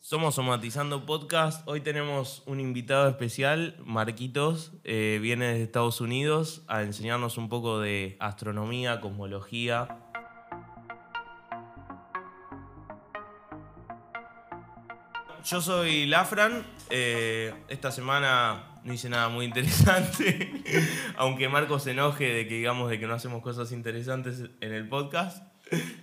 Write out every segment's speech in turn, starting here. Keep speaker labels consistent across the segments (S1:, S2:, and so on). S1: Somos Somatizando Podcast. Hoy tenemos un invitado especial, Marquitos. eh, viene desde Estados Unidos a enseñarnos un poco de astronomía, cosmología. Yo soy Lafran. eh, esta semana no hice nada muy interesante, aunque Marco se enoje de que digamos de que no hacemos cosas interesantes en el podcast.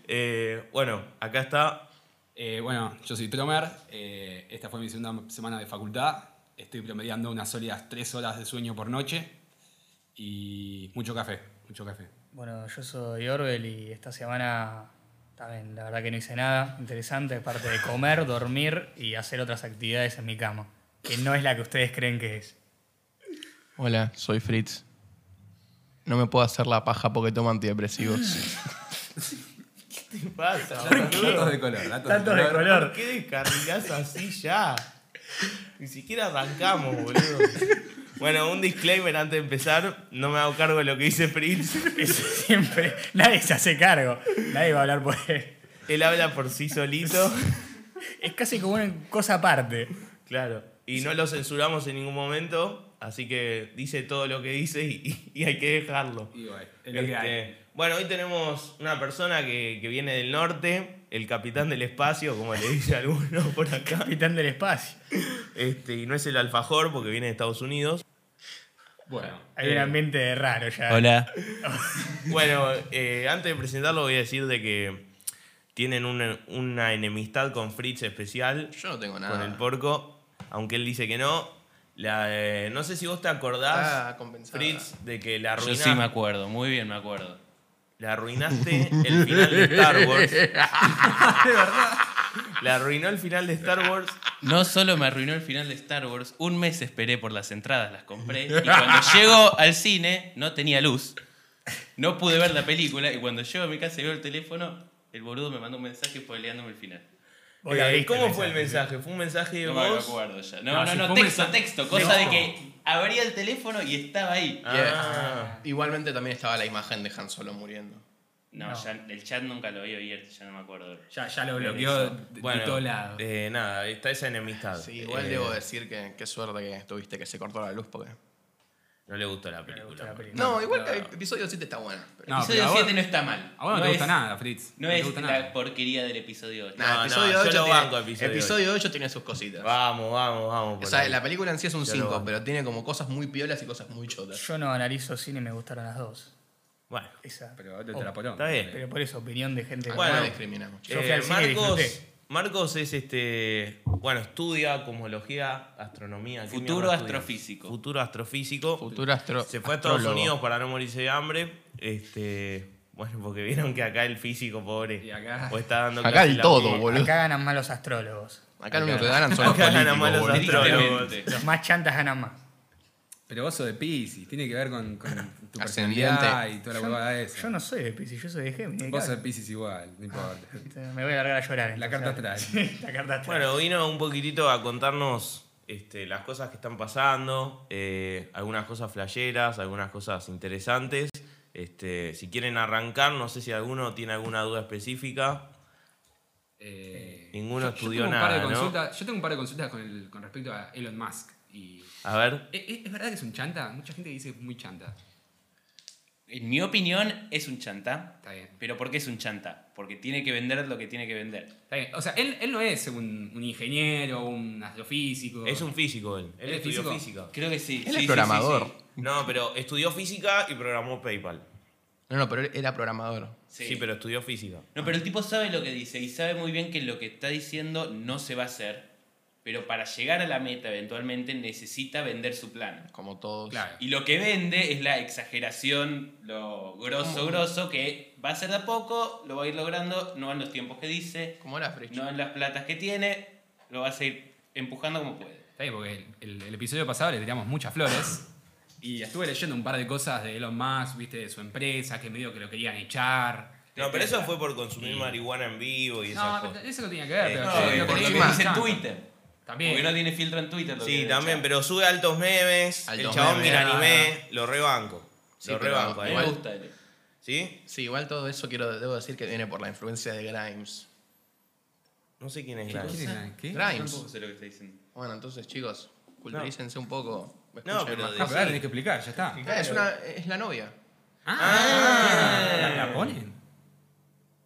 S1: Eh, bueno, acá está
S2: Eh, bueno, yo soy Tromer. eh, esta fue mi segunda semana de facultad. Estoy promediando unas sólidas tres horas de sueño por noche. Y mucho café, mucho café.
S3: Bueno, yo soy Orbel y esta semana también la verdad que no hice nada interesante, aparte de comer, dormir y hacer otras actividades en mi cama, que no es la que ustedes creen que es.
S4: Hola, soy Fritz. No me puedo hacer la paja porque tomo antidepresivos.
S1: ¿Qué pasa?
S2: Datos de color, datos de
S3: Tanto de
S1: ¿Por
S2: color.
S3: color.
S1: qué descarrilás así ya? Ni siquiera arrancamos, boludo. Bueno, un disclaimer antes de empezar. No me hago cargo de lo que dice Prince.
S3: Eso siempre. Nadie se hace cargo. Nadie va a hablar por él.
S1: Él habla por sí solito.
S3: Es casi como una cosa aparte.
S1: Claro. Y no lo censuramos en ningún momento. Así que dice todo lo que dice y, y hay que dejarlo.
S2: Y bueno, es lo que hay.
S1: Este, bueno, hoy tenemos una persona que, que viene del norte, el capitán del espacio, como le dice alguno por acá.
S3: Capitán del espacio.
S1: Este, y no es el alfajor porque viene de Estados Unidos.
S2: Bueno,
S3: Hay un ambiente de raro ya.
S5: Hola.
S1: Bueno, eh, antes de presentarlo voy a decir de que tienen una, una enemistad con Fritz especial,
S4: Yo no tengo
S1: con el porco, aunque él dice que no. La, eh, no sé si vos te acordás,
S4: Está compensada.
S1: Fritz, de que la
S5: Yo
S1: arruinaste,
S5: sí me acuerdo, muy bien me acuerdo.
S1: la arruinaste el final de Star Wars. de verdad. La arruinó el final de Star Wars.
S5: No solo me arruinó el final de Star Wars, un mes esperé por las entradas, las compré. Y cuando llego al cine, no tenía luz. No pude ver la película. Y cuando llego a mi casa y veo el teléfono, el boludo me mandó un mensaje spoileándome el final.
S3: Vos
S1: Eh,
S3: la viste,
S1: ¿Cómo fue el
S3: mensaje.
S1: mensaje? ¿Fue un mensaje de
S5: No me
S1: vos?
S5: acuerdo ya. No,
S2: No,
S5: no,
S2: si
S5: no,
S2: fue un
S5: texto,
S2: mensaje-
S5: texto. Cosa de
S2: No.
S5: que abría el teléfono y estaba ahí.
S1: Ah.
S4: Igualmente también estaba la imagen de Han Solo muriendo.
S5: No,
S3: No.
S5: ya el chat nunca lo había abierto, ya no me acuerdo.
S2: ya, ya lo bloqueó de,
S1: Bueno,
S2: de todos lados.
S1: eh, nada, está esa enemistad.
S4: Sí, igual
S1: Eh,
S4: debo decir que qué suerte que tuviste que se cortó la luz porque...
S1: No le gustó la
S3: Me
S1: película.
S3: gustó la película.
S4: No, igual que el episodio 7 está bueno. pero-
S2: No,
S5: episodio
S2: pero a vos-
S5: 7 no está mal.
S2: A vos no, te gusta
S5: es-
S2: nada, Fritz.
S5: No,
S2: te
S5: es
S2: gusta
S5: la
S2: nada.
S5: porquería del episodio 8.
S1: No,
S4: Nah,
S1: no, yo
S4: ocho
S1: lo
S4: tiene-
S1: banco, episodio
S4: episodio 8 tiene sus cositas.
S1: Vamos, vamos, vamos.
S4: O
S1: por
S4: sea,
S1: ahí.
S4: la película en sí es un
S1: Yo lo banco.
S4: 5, pero tiene como cosas muy piolas y cosas muy chotas.
S3: Yo no analizo cine, me gustaron las dos.
S1: Bueno,
S3: Esa.
S2: Pero te,
S3: Oh,
S2: te la polón.
S1: está bien.
S3: Pero por eso, opinión de gente.
S4: Acá
S1: Bueno.
S4: no discriminamos.
S3: Yo
S1: Eh,
S3: fui al cine y
S1: Marcos,
S3: disfruté.
S1: Marcos es este. Bueno, estudia cosmología, astronomía. ¿qué
S5: Futuro
S1: mierda estudia?
S5: astrofísico.
S1: Futuro astrofísico.
S4: Futuro astro-
S1: Se fue a Estados
S4: astrólogo.
S1: Unidos para no morirse de hambre. Este. Bueno, porque vieron que acá el físico, pobre.
S2: Y acá-
S1: o está dando
S4: Acá
S1: clase
S4: el
S1: la
S4: todo,
S1: vida.
S4: boludo.
S3: Acá ganan más los astrólogos.
S4: Acá lo único que ganan son los
S1: Acá ganan
S4: políticos,
S1: más los
S4: boludo.
S1: astro- Astrólogos.
S5: Tristemente.
S3: Los más chantas ganan más.
S2: Pero vos sos de Pisces, tiene que ver con, con tu
S4: Ascendiente.
S2: personalidad y toda la huevada
S3: Yo,
S2: esa.
S3: yo no soy de Pisces, yo soy de Géminis.
S2: Vos
S3: claro.
S2: sos de Pisces igual, no importa.
S3: Este, Me voy a largar a llorar.
S2: La
S3: entonces.
S2: carta astral.
S3: Sí, la carta astral.
S1: Bueno, vino un poquitito a contarnos este, las cosas que están pasando, eh, algunas cosas flasheras, algunas cosas interesantes. Este, si quieren arrancar, no sé si alguno tiene alguna duda específica.
S2: Eh,
S1: Ninguno
S2: yo- yo
S1: estudió
S2: tengo un par de
S1: nada, ¿no?
S2: consultas- Yo tengo un par de consultas con, el- con respecto a Elon Musk. Y,
S1: A ver,
S2: ¿Es- Eh, ¿es, es verdad que es un chanta? Mucha gente dice que es muy chanta.
S5: En mi opinión, es un chanta.
S2: Está bien.
S5: ¿Pero por qué es un chanta? Porque tiene que vender lo que tiene que vender.
S2: Está bien. O sea, él, él no es un, un ingeniero, un astrofísico.
S1: es un físico él. Él
S2: ¿Él es
S1: estudió
S2: físico?
S1: física.
S5: Creo que sí.
S4: Él
S5: sí,
S4: es
S5: sí, sí,
S4: programador.
S1: No, pero estudió física y programó PayPal.
S4: No, no, pero él era programador.
S5: Sí.
S1: sí pero estudió física.
S5: No, pero el tipo sabe lo que dice y sabe muy bien que lo que está diciendo no se va a hacer. Pero para llegar a la meta eventualmente necesita vender su plan.
S4: Como todos.
S2: Claro.
S5: Y lo que vende es la exageración, lo grosso, grosso, que va a ser de a poco, lo va a ir logrando, no en los tiempos que dice,
S4: Como era Fresh.
S5: no en las platas que tiene, lo va a seguir empujando como puede.
S2: Está bien, porque el, el- el episodio pasado le tiramos muchas flores. Y estuve leyendo un par de cosas de Elon Musk, viste, de su empresa, que medio que lo querían echar.
S1: No, pero eso
S2: etcétera.
S1: fue por consumir marihuana en vivo y
S2: No,
S1: esas
S2: pero
S1: cosas.
S2: eso no tenía que ver,
S1: Eh,
S2: pero
S1: no,
S2: sí,
S1: eh,
S2: lo
S5: por
S2: que
S5: lo
S2: dice
S5: que
S2: es un
S5: dice en
S2: chanta.
S5: Twitter.
S2: También.
S5: Porque no tiene filtro en Twitter. lo
S1: Sí,
S5: que
S1: también,
S5: echa.
S1: pero sube altos memes. el
S4: Altos
S1: chabón
S4: memes.
S1: mira anime, lo rebanco.
S4: Sí,
S1: lo
S4: pero
S1: rebanco.
S5: A
S1: ahí.
S5: mí me gusta él.
S1: ¿Sí?
S4: Sí, igual todo eso quiero, debo decir que viene por la influencia de Grimes.
S1: No sé quién es Grimes.
S2: ¿Quién Ah, era? ¿Qué?
S4: Grimes.
S5: Tampoco sé lo que está diciendo.
S4: Bueno, entonces, chicos, culturícense un poco.
S1: No,
S4: escuchen
S1: pero
S4: más
S1: de-
S2: Ah,
S4: cosas.
S2: pero ahora tenés que explicar, ya está.
S4: Ah, es, una, es la novia.
S2: Ah, ¿La, la ponen?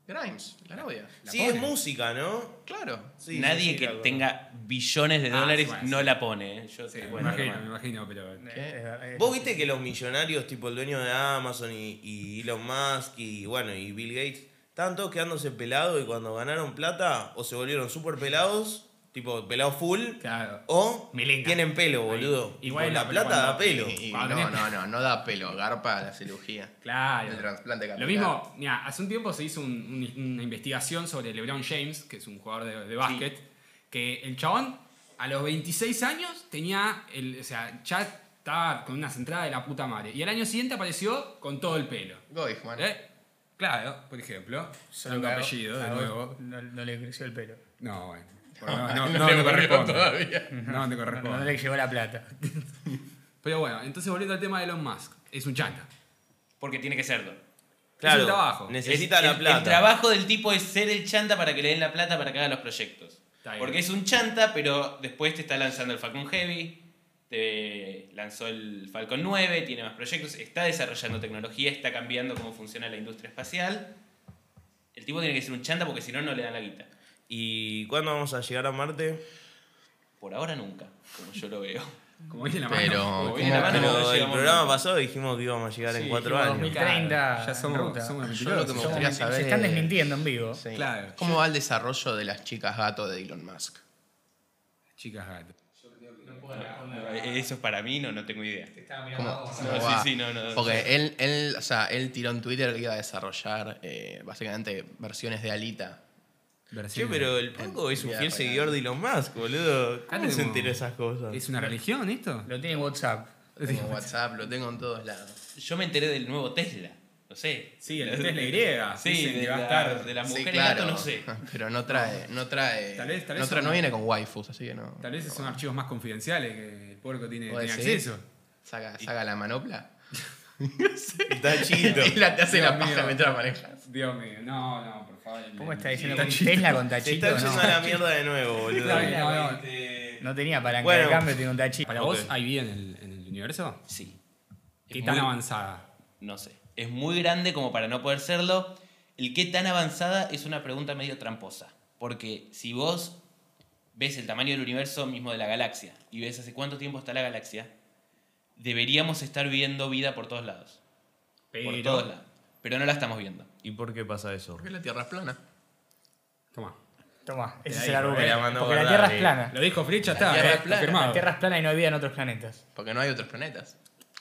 S4: Grimes, la novia.
S2: La
S1: Sí, es
S2: ponen.
S1: música, ¿no?
S4: Claro.
S1: Sí,
S5: Nadie
S1: sí, sí,
S5: que
S1: la conozco.
S5: tenga billones de
S2: Ah,
S5: dólares
S2: bueno,
S5: no
S2: sí.
S5: la pone. ¿eh? Yo
S2: Sí,
S5: te
S2: me
S5: cuento,
S2: imagino, me
S5: hermano.
S2: imagino, pero.
S3: Eh, eh,
S1: Vos viste que los millonarios, tipo el dueño de Amazon y, y Elon Musk y bueno, y Bill Gates, estaban todos quedándose pelados y cuando ganaron plata, o se volvieron súper pelados, tipo pelado full,
S2: Claro.
S1: o
S3: Milenga.
S1: tienen pelo, boludo.
S2: Igual
S1: Igual la
S2: no,
S1: plata
S2: pero
S1: da
S2: cuando-
S1: pelo.
S4: Y- y no,
S2: Pablo.
S4: no, no, no da pelo, garpa la cirugía.
S2: Claro.
S4: El trasplante
S2: Lo
S4: capilar.
S2: mismo, mira, hace un tiempo se hizo un- un- una investigación sobre LeBron James, que es un jugador de, de básquet, que el chabón a los 26 años tenía, el, o sea, ya estaba con una centrada de la puta madre. Y al año siguiente apareció con todo el pelo.
S4: Goichman.
S2: ¿Eh? Claro, por ejemplo. Solo un
S3: cagó-
S2: apellido, de
S3: cagó-
S2: nuevo.
S3: No, no le creció el pelo.
S2: No, bueno. Por lo menos No, no, te corresponde.
S4: todavía.
S2: No te
S3: No, no
S2: corresponde.
S3: le llegó la plata.
S2: Pero bueno, entonces volviendo al tema de Elon Musk. Es un chanta.
S5: Porque tiene que serlo.
S1: Claro,
S2: Es un trabajo.
S1: necesita
S5: Es-
S1: la
S5: el-
S1: plata.
S5: El trabajo del tipo es ser el chanta para que le den la plata para que haga los proyectos.
S2: Está bien.
S5: Porque es un chanta, pero después te está lanzando el Falcon Heavy, te lanzó el Falcon 9, tiene más proyectos, está desarrollando tecnología, está cambiando cómo funciona la industria espacial. El tipo tiene que ser un chanta porque si no, no le dan la guita.
S1: ¿Y cuándo vamos a llegar a Marte?
S5: Por ahora nunca, como yo lo veo.
S2: Como viene la mano.
S4: Pero,
S2: Como
S4: ¿cómo
S2: viene la mano.
S5: Ah, no
S1: Pero el
S5: llegamos
S1: programa
S5: nunca.
S1: pasado dijimos que íbamos a llegar en
S2: Sí,
S1: cuatro
S2: dijimos
S1: años.
S3: 2030
S2: Ya
S3: en
S2: somos,
S3: ruta.
S2: somos
S4: Yo lo que me
S2: mentirosos.
S4: gustaría
S3: Se
S4: saber.
S3: están desmintiendo en vivo.
S4: Sí.
S2: Claro.
S4: ¿Cómo va el desarrollo de las chicas gato de Elon Musk?
S2: Chicas gato.
S5: Eso es para mí, no, no tengo idea.
S4: ¿Cómo- cómo
S5: Ah, sí,
S4: va?
S5: sí, no, no,
S4: Porque él, él, o sea, él tiró en Twitter que iba a desarrollar eh, básicamente versiones de Alita.
S1: Che, pero el Paco es un
S4: Bien,
S1: fiel
S4: real.
S1: seguidor de Elon Musk, boludo. ¿Cómo se
S2: Ánimo.
S1: enteró de esas cosas?
S2: ¿Es una religión esto?
S3: Lo tiene en WhatsApp.
S4: Lo Tengo en WhatsApp, lo tengo en todos lados.
S5: Yo me enteré del nuevo Tesla. No sé.
S2: Sí, el Tesla Y.
S5: Sí,
S2: Dicen
S5: de,
S2: que va a
S5: la-
S2: estar-
S5: de las
S4: Sí,
S5: mujeres
S4: claro.
S5: gato, no sé.
S4: Pero no trae, no trae.
S2: Tal vez- tal vez
S4: no, trae-
S2: son-
S4: no viene con waifus, así que no.
S2: Tal vez son archivos más confidenciales que el puerco tiene,
S4: ¿Vos
S2: tiene
S4: decís?
S2: acceso.
S4: Saca, saca la manopla
S1: Está chido.
S4: y la te hace
S2: Dios
S4: la paja
S2: mío.
S4: mientras manejas.
S2: Dios mío, no, no, por favor.
S3: ¿Cómo está
S2: Sí,
S3: diciendo
S2: está
S3: con
S2: chido.
S3: Tesla con
S1: Se está
S3: tachito?
S1: yendo a
S3: No,
S1: la mierda de nuevo, boludo.
S2: Está bien, no, no.
S3: no tenía palanca
S1: Bueno.
S3: de cambio, tiene un tachito.
S2: ¿Para vos hay vida en el, en el universo?
S5: Sí.
S2: ¿Qué
S5: Es
S2: tan
S5: muy-
S2: avanzada?
S5: No sé. Es muy grande como para no poder serlo. El qué tan avanzada es una pregunta medio tramposa. Porque si vos ves el tamaño del universo mismo de la galaxia y ves hace cuánto tiempo está la galaxia, deberíamos estar viendo vida por todos lados. Por todos lados. Pero no la estamos viendo.
S1: ¿Y por qué pasa eso?
S4: Porque la tierra es plana.
S2: Toma.
S3: Toma, ese
S1: Ahí,
S3: es
S1: porque
S3: el
S1: la
S3: argumento.
S1: mandó
S3: Porque la
S1: guardar,
S3: Tierra es
S1: eh.
S3: plana.
S2: Lo dijo Flecha,
S4: La
S2: está
S4: Tierra es
S2: eh,
S4: plana, la
S2: confirmado.
S3: La Tierra es plana y no hay vida en otros planetas.
S4: Porque no hay otros planetas.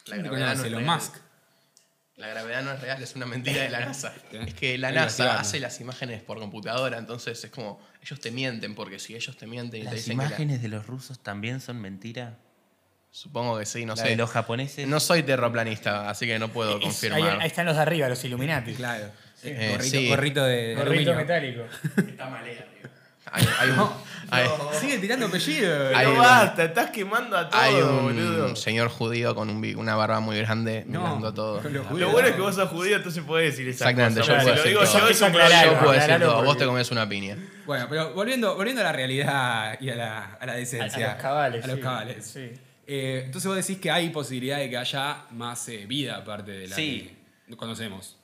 S4: La
S2: ¿Quién te
S4: gravedad no
S2: conoce?
S4: es
S2: Elon
S4: real.
S2: Musk.
S4: La gravedad no es real, es una mentira de la NASA.
S2: ¿Eh?
S4: Es que la
S2: Ahí lo
S4: NASA
S2: activaron.
S4: hace las imágenes por computadora, entonces es como, ellos te mienten, porque si ellos te mienten y te
S5: Las
S4: dicen que la-
S5: imágenes de los rusos también son mentira.
S4: Supongo que sí, no
S5: la
S4: sé.
S5: de los japoneses.
S4: No soy terraplanista, así que no puedo
S3: Es- ahí,
S4: confirmar.
S3: ahí están los de arriba, los Illuminati.
S2: Claro.
S4: Eh,
S2: gorrito,
S4: sí.
S2: gorrito de
S3: Gorrito
S2: aluminio.
S3: metálico.
S4: Hay, hay un, hay-
S2: Sigue tirando apellido.
S4: Hay
S1: Pero
S4: un-
S1: basta, estás quemando a todo,
S4: hay
S1: boludo.
S4: un señor judío con un bi- una barba muy grande
S2: No,
S4: mirando a todos.
S2: con los
S4: La-
S1: Lo bueno es que vos sos judío, entonces podés decir esas
S4: Exactamente,
S1: cosas.
S4: yo
S1: porque
S4: puedo
S1: si lo digo
S4: decir
S1: yo,
S4: todo.
S1: es un
S3: Aclaralo,
S1: problema.
S4: Yo puedo decir
S3: aclaralo
S4: todo, vos
S3: porque-
S4: te comes una piña.
S2: Bueno, pero volviendo, volviendo a la realidad y a la, a la decencia.
S3: A los cabales,
S2: A los
S3: sí.
S2: cabales.
S3: Sí.
S2: Eh, entonces vos decís que hay posibilidad de que haya más eh, vida aparte de la
S5: Sí.
S2: que conocemos.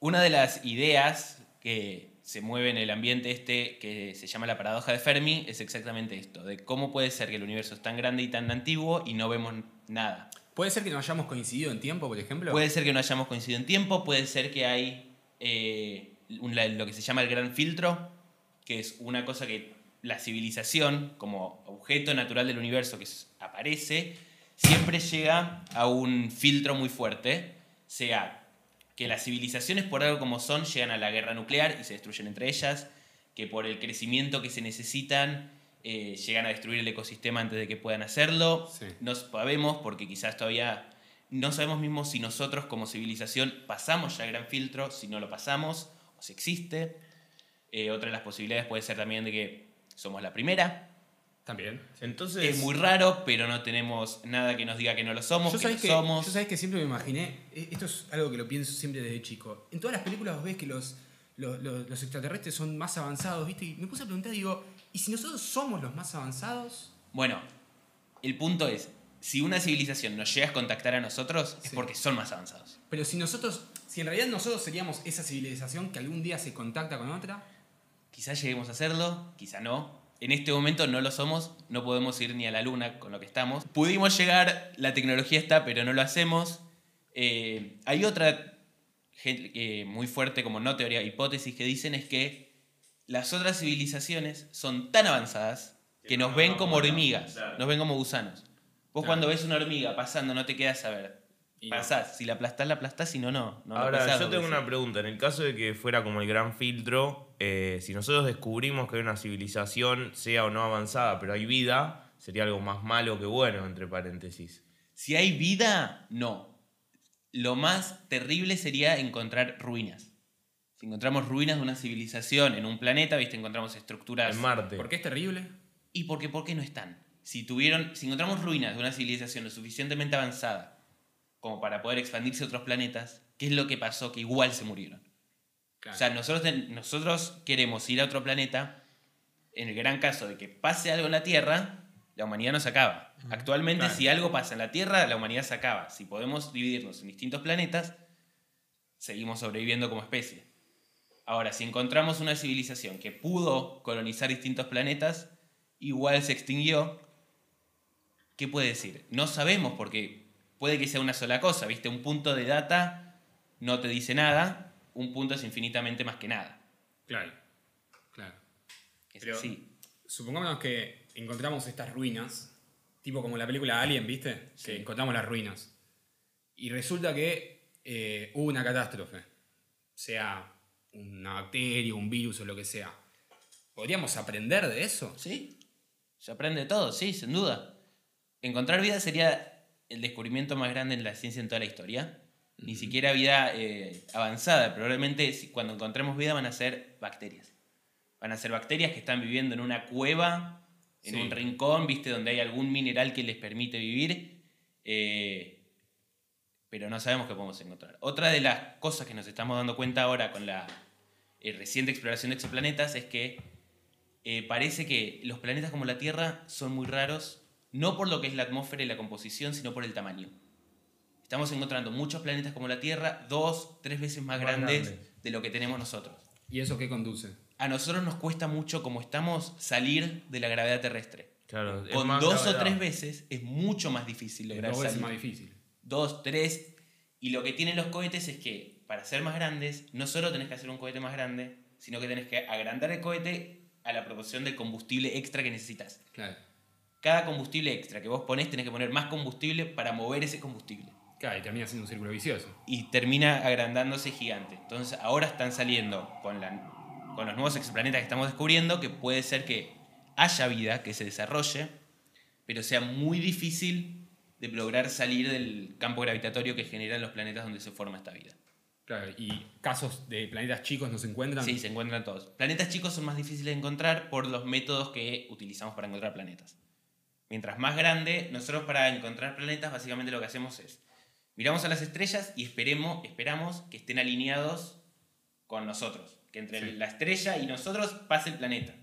S5: Una de las ideas que se mueve en el ambiente este, que se llama la paradoja de Fermi, es exactamente esto, de cómo puede ser que el universo es tan grande y tan antiguo y no vemos nada.
S2: ¿Puede ser que no hayamos coincidido en tiempo, por ejemplo?
S5: Puede ser que no hayamos coincidido en tiempo, puede ser que hay eh, un- la- lo que se llama el gran filtro, que es una cosa que la civilización, como objeto natural del universo que s- aparece, siempre llega a un filtro muy fuerte, sea que las civilizaciones por algo como son llegan a la guerra nuclear y se destruyen entre ellas, que por el crecimiento que se necesitan eh, llegan a destruir el ecosistema antes de que puedan hacerlo.
S2: Sí.
S5: No sabemos porque quizás todavía no sabemos mismo si nosotros como civilización pasamos ya el gran filtro, si no lo pasamos o si existe. Eh, otra de las posibilidades puede ser también de que somos la primera.
S2: También.
S1: Entonces,
S5: Es muy raro, pero no tenemos nada que nos diga que no lo somos,
S2: Yo
S5: que
S2: sabés
S5: lo
S2: que,
S5: somos.
S2: yo sabés que siempre me imaginé, e- esto es algo que lo pienso siempre desde chico. En todas las películas vos ves que los, los, los- los extraterrestres son más avanzados, ¿viste? Y me puse a preguntar, digo, Y si nosotros somos los más avanzados,
S5: Bueno, el punto es, si una civilización nos llega a contactar a nosotros, es
S2: Sí.
S5: porque son más avanzados.
S2: pero si nosotros, si en realidad nosotros seríamos esa civilización que algún día se contacta con otra,
S5: Quizás lleguemos a hacerlo, quizá no. En este momento no lo somos, no podemos ir ni a la luna con lo que estamos. Pudimos llegar, la tecnología está, pero no lo hacemos. Eh, hay otra gen- eh, muy fuerte, como no teoría, hipótesis que dicen es que las otras civilizaciones son tan avanzadas que
S1: no
S5: nos
S1: nos
S5: ven
S1: vamos
S5: como
S1: a dar,
S5: hormigas,
S1: claro.
S5: nos ven como gusanos. Vos
S2: Claro.
S5: cuando ves una hormiga pasando no te quedas a ver.
S2: Y no.
S5: Pasás, si la aplastás, la aplastás, si no, no. no la
S1: Ahora,
S5: pasás
S1: yo
S5: dos
S1: tengo
S5: veces.
S1: una pregunta. En el caso de que fuera como el gran filtro, eh, si nosotros descubrimos que hay una civilización, sea o no avanzada, pero hay vida, sería algo más malo que bueno, entre paréntesis.
S5: Si hay vida, no. Lo más terrible sería encontrar ruinas. Si encontramos ruinas de una civilización en un planeta, ¿viste? Encontramos estructuras.
S1: En Marte.
S2: porque es terrible.
S5: ¿Y por qué, por qué no están? Si, tuvieron, si encontramos ruinas de una civilización lo suficientemente avanzada como para poder expandirse a otros planetas, ¿qué es lo que pasó? Que igual se murieron.
S2: Claro.
S5: O sea, nosotros, ten- nosotros queremos ir a otro planeta. En el gran caso de que pase algo en la Tierra, la humanidad nos acaba. Actualmente,
S2: Claro.
S5: si algo pasa en la Tierra, la humanidad se acaba. Si podemos dividirnos en distintos planetas, seguimos sobreviviendo como especie. Ahora, si encontramos una civilización que pudo colonizar distintos planetas, igual se extinguió. ¿Qué puede decir? No sabemos porque puede que sea una sola cosa, ¿viste? Un punto de data no te dice nada, un punto es infinitamente más que nada.
S2: claro, claro.
S5: Es
S2: Pero-
S5: así.
S2: Supongamos que encontramos estas ruinas, tipo como la película Alien, ¿viste?
S5: Sí.
S2: Que encontramos las ruinas. Y resulta que eh, hubo una catástrofe, sea una bacteria, un virus o lo que sea. ¿Podríamos aprender de eso?
S5: Sí, se aprende de todo, sí, sin duda. Encontrar vida sería el descubrimiento más grande en la ciencia en toda la historia. Ni siquiera vida eh, avanzada. Probablemente si- cuando encontremos vida van a ser bacterias. Van a ser bacterias que están viviendo en una cueva, en
S2: Sí.
S5: un rincón, viste, donde hay algún mineral que les permite vivir. Eh, pero no sabemos qué podemos encontrar. Otra de las cosas que nos estamos dando cuenta ahora con la eh, reciente exploración de exoplanetas es que eh, parece que los planetas como la Tierra son muy raros, no por lo que es la atmósfera y la composición, sino por el tamaño. Estamos encontrando muchos planetas como la Tierra, dos, tres veces más,
S1: Más
S5: grandes
S1: grandes.
S5: de lo que tenemos nosotros.
S2: ¿Y eso qué conduce?
S5: A nosotros nos cuesta mucho, como estamos, salir de la gravedad terrestre.
S1: Claro, es
S5: Con
S1: más
S5: dos o
S1: gravedad.
S5: tres veces es mucho más difícil
S2: Es
S5: lograr
S2: dos veces
S5: salir
S2: más difícil.
S5: dos, tres. Y lo que tienen los cohetes es que para ser más grandes, no solo tenés que hacer un cohete más grande, sino que tenés que agrandar el cohete a la proporción del combustible extra que necesitas.
S2: Claro.
S5: Cada combustible extra que vos ponés, tenés que poner más combustible para mover ese combustible.
S2: Claro, y termina siendo un círculo vicioso.
S5: Y termina agrandándose gigante. Entonces ahora están saliendo con, la- con los nuevos exoplanetas que estamos descubriendo que puede ser que haya vida, que se desarrolle, pero sea muy difícil de lograr salir del campo gravitatorio que generan los planetas donde se forma esta vida.
S2: Claro, y casos de planetas chicos no se encuentran.
S5: Sí, se encuentran todos. Planetas chicos son más difíciles de encontrar por los métodos que utilizamos para encontrar planetas. Mientras más grande, nosotros para encontrar planetas básicamente lo que hacemos es miramos a las estrellas y esperemos, esperamos que estén alineados con nosotros. Que entre
S2: Sí.
S5: la estrella y nosotros pase el planeta.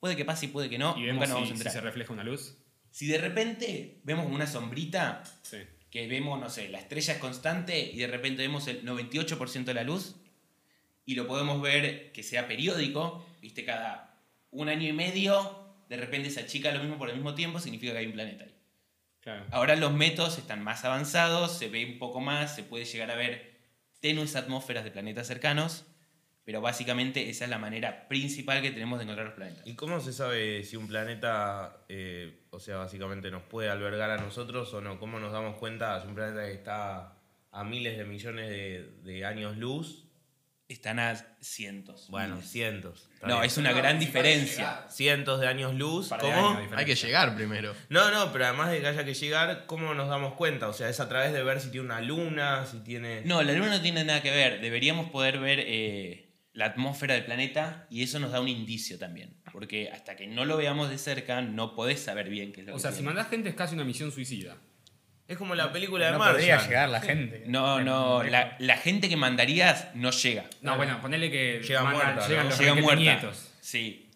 S5: Puede que pase y puede que no.
S2: Y
S5: nunca
S2: vemos
S5: nos vamos
S2: si,
S5: a
S2: si
S5: enterar.
S2: se refleja una luz.
S5: si de repente vemos como una sombrita
S2: Sí.
S5: que vemos, no sé, la estrella es constante y de repente vemos el 98% de la luz y lo podemos ver que sea periódico, viste, cada un año y medio, de repente se achica lo mismo por el mismo tiempo, significa que hay un planeta ahí.
S2: Claro.
S5: Ahora los métodos están más avanzados, se ve un poco más, se puede llegar a ver tenues atmósferas de planetas cercanos, pero básicamente esa es la manera principal que tenemos de encontrar los planetas.
S1: ¿Y cómo se sabe si un planeta, eh, o sea, básicamente nos puede albergar a nosotros o no? ¿Cómo nos damos cuenta si un planeta que está a miles de millones de, de años luz?
S5: Están a cientos.
S1: Bueno,
S5: miles.
S1: cientos. está
S5: no,
S1: bien.
S5: es una gran diferencia.
S1: Cientos de años luz.
S2: Para
S1: ¿Cómo?
S2: de años,
S4: Hay que llegar primero.
S1: No, no, pero además de que haya que llegar, ¿cómo nos damos cuenta? O sea, es a través de ver si tiene una luna, si tiene...
S5: No, la luna no tiene nada que ver. Deberíamos poder ver eh, la atmósfera del planeta y eso nos da un indicio también. Porque hasta que no lo veamos de cerca, no podés saber bien qué es lo
S2: O
S5: que
S2: sea, si
S5: tiene.
S2: mandás gente es casi una misión suicida.
S1: Es como la película de
S3: no
S1: Martian.
S3: podría llegar la gente.
S5: No, no,
S3: Pero-
S5: la, la gente que mandarías no llega.
S2: No, bueno, ponele que
S1: Llega
S2: mandan-
S1: muerta,
S2: llegan
S1: ¿no?
S2: los
S5: llega
S2: requete
S5: muerta.
S2: nietos.
S5: Sí.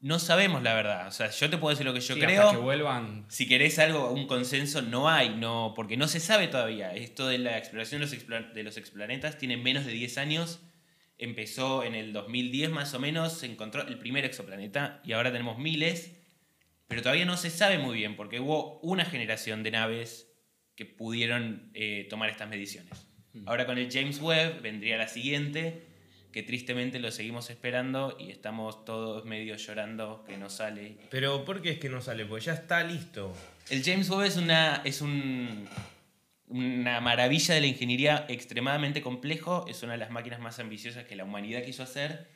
S5: no sabemos la verdad. O sea, yo te puedo decir lo que yo
S2: Sí, hasta
S5: creo.
S2: que vuelvan.
S5: Si querés algo, un consenso, no hay, no, porque no se sabe todavía. Esto de la exploración de los, expla- de los explanetas tiene menos de 10 años. Empezó en el 2010 más o menos, se encontró el primer exoplaneta y ahora tenemos miles, pero todavía no se sabe muy bien porque hubo una generación de naves que pudieron eh, tomar estas mediciones. Ahora con el James Webb vendría la siguiente, que tristemente lo seguimos esperando y estamos todos medio llorando que no sale
S1: Pero ¿por qué es que no sale? Porque ya está listo.
S5: el James Webb es una, es un- una maravilla de la ingeniería extremadamente complejo. Es una de las máquinas más ambiciosas que la humanidad quiso hacer.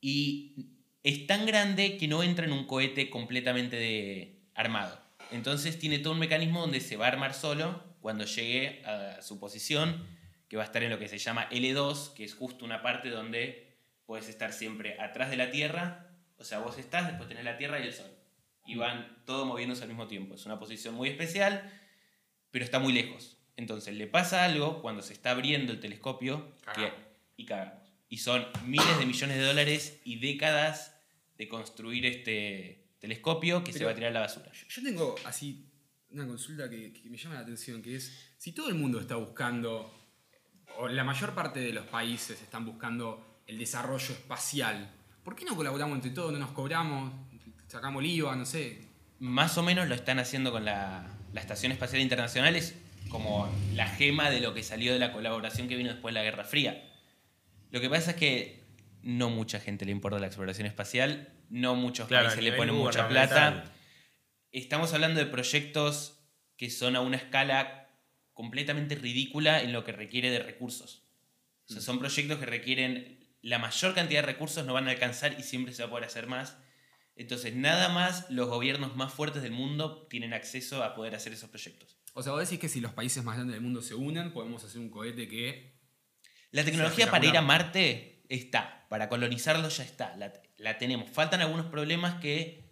S5: Y es tan grande que no entra en un cohete completamente de- armado. Entonces tiene todo un mecanismo donde se va a armar solo cuando llegue a su posición, que va a estar en lo que se llama L2, que es justo una parte donde puedes estar siempre atrás de la Tierra. O sea, vos estás, después tenés la Tierra y el Sol y van todo moviéndose al mismo tiempo. Es una posición muy especial, pero está muy lejos. Entonces le pasa algo cuando se está abriendo el telescopio que-
S2: Cagamos.
S5: y cagamos. Y son miles de millones de dólares y décadas de construir este telescopio que se
S2: Pero-
S5: va a tirar a la basura.
S2: Yo- Yo tengo así una consulta que, que me llama la atención, que es si todo el mundo está buscando, o la mayor parte de los países están buscando el desarrollo espacial, ¿por qué no colaboramos entre todos? ¿No nos cobramos? ¿Sacamos el IVA? No sé.
S5: Más o menos lo están haciendo con la, la Estación Espacial Internacional, es como la gema de lo que salió de la colaboración que vino después de la Guerra Fría. Lo que pasa es que no mucha gente le importa la exploración espacial, no muchos
S1: Claro, a
S5: países le
S1: nivel
S5: ponen mucha
S1: gubernamental.
S5: plata. Estamos hablando de proyectos que son a una escala completamente ridícula en lo que requiere de recursos.
S1: Mm.
S5: O sea, son proyectos que requieren la mayor cantidad de recursos, no van a alcanzar y siempre se va a poder hacer más. Entonces, nada más los gobiernos más fuertes del mundo tienen acceso a poder hacer esos proyectos.
S2: O sea, vos decís que si los países más grandes del mundo se unen, podemos hacer un cohete que...
S5: La tecnología
S2: espectacular.
S5: para ir a Marte está, para colonizarlo ya está, la, la tenemos. Faltan algunos problemas que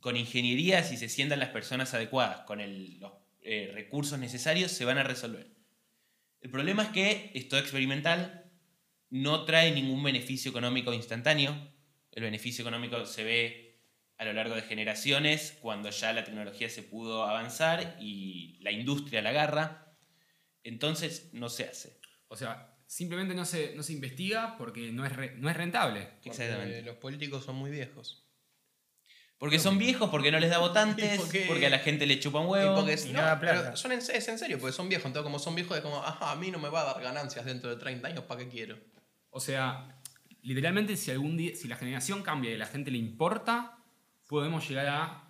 S5: con ingeniería, si se sientan las personas adecuadas, con el- los eh, recursos necesarios, se van a resolver. El problema es que esto experimental no trae ningún beneficio económico instantáneo. El beneficio económico se ve a lo largo de generaciones, cuando ya la tecnología se pudo avanzar y la industria la agarra. Entonces no se hace.
S2: O sea, simplemente no se, no se investiga porque no es, re- no es rentable.
S5: Exactamente.
S4: Porque Los políticos son muy viejos.
S5: Porque son viejos, porque no les da votantes,
S4: Y porque-
S5: porque a la gente le chupa un
S4: Y
S5: huevo.
S4: porque es,
S3: Y
S4: no,
S3: no da
S4: pero
S3: plata.
S4: son en, es en serio, porque son viejos. Entonces, como son viejos, es como, ajá, a mí no me va a dar ganancias dentro de 30 años, ¿para qué quiero?
S2: O sea, literalmente si algún día, si la generación cambia y a la gente le importa, podemos llegar a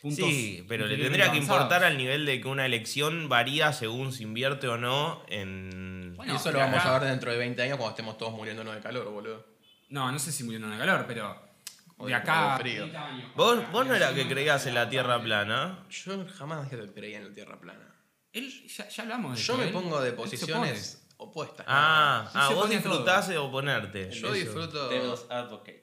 S2: puntos.
S1: Sí, pero le
S2: increíblemente
S1: tendría que
S2: avanzados.
S1: importar al nivel de que una elección varía según se invierte o no en...
S2: Bueno,
S4: y eso lo
S2: pero
S4: vamos
S2: acá-
S4: a ver dentro de 20 años cuando estemos todos muriéndonos de calor, boludo.
S2: No, no sé si muriendo de calor, pero
S4: O
S2: de
S4: de-
S2: acá.
S4: o de frío.
S1: ¿Vos, vos no era que creías en la Tierra plana.
S4: Yo jamás dije que creía en la Tierra plana.
S2: Él, ya, ya hablamos de
S4: Yo
S2: esto,
S4: me
S2: él-
S4: pongo de
S2: él se
S4: posiciones opuestas.
S1: Ah,
S2: Sí
S1: ah
S2: se
S1: vos
S2: pone
S1: disfrutás de oponerte.
S4: Yo
S1: Eso.
S4: disfruto.
S5: Devil's Advocate.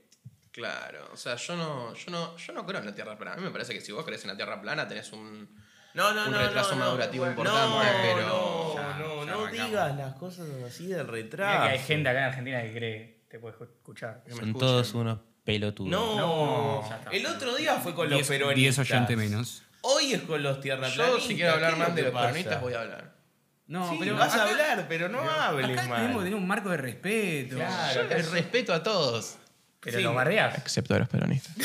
S4: Claro, o sea, yo no, yo no, yo no creo en la Tierra plana. A mí me parece que si vos crees en la Tierra plana tenés un.
S1: No, no,
S4: un
S1: no,
S4: retraso
S1: no, no,
S4: madurativo
S1: no,
S4: importante,
S1: no,
S4: pero-
S1: No,
S2: Ya,
S1: no,
S2: ya
S1: no
S2: arrancamos.
S1: digas las cosas así de
S3: Mirá que hay
S1: retraso.
S3: gente acá en Argentina que cree, te puede escuchar.
S4: que me
S5: Son
S4: escuchen.
S5: todos unos pelotudos.
S1: No,
S3: No, ya está.
S1: el otro día fue con los
S2: Diez-
S1: peronistas.
S2: diez oyente menos.
S1: Hoy es con los
S4: Yo,
S1: tierraplanistas.
S4: si quiero hablar
S1: ¿qué es
S4: más
S1: lo
S4: de
S1: que
S4: los
S1: pasa?
S4: peronistas, voy a hablar.
S2: No,
S1: Sí,
S2: pero.
S1: vas a
S2: acá-
S1: hablar, pero no hables
S2: Acá
S1: mal.
S2: tenemos que tener un marco de respeto.
S3: Claro.
S4: Yo les respeto a todos.
S3: Pero
S1: Sí.
S3: lo bardeás.
S4: Excepto a los peronistas.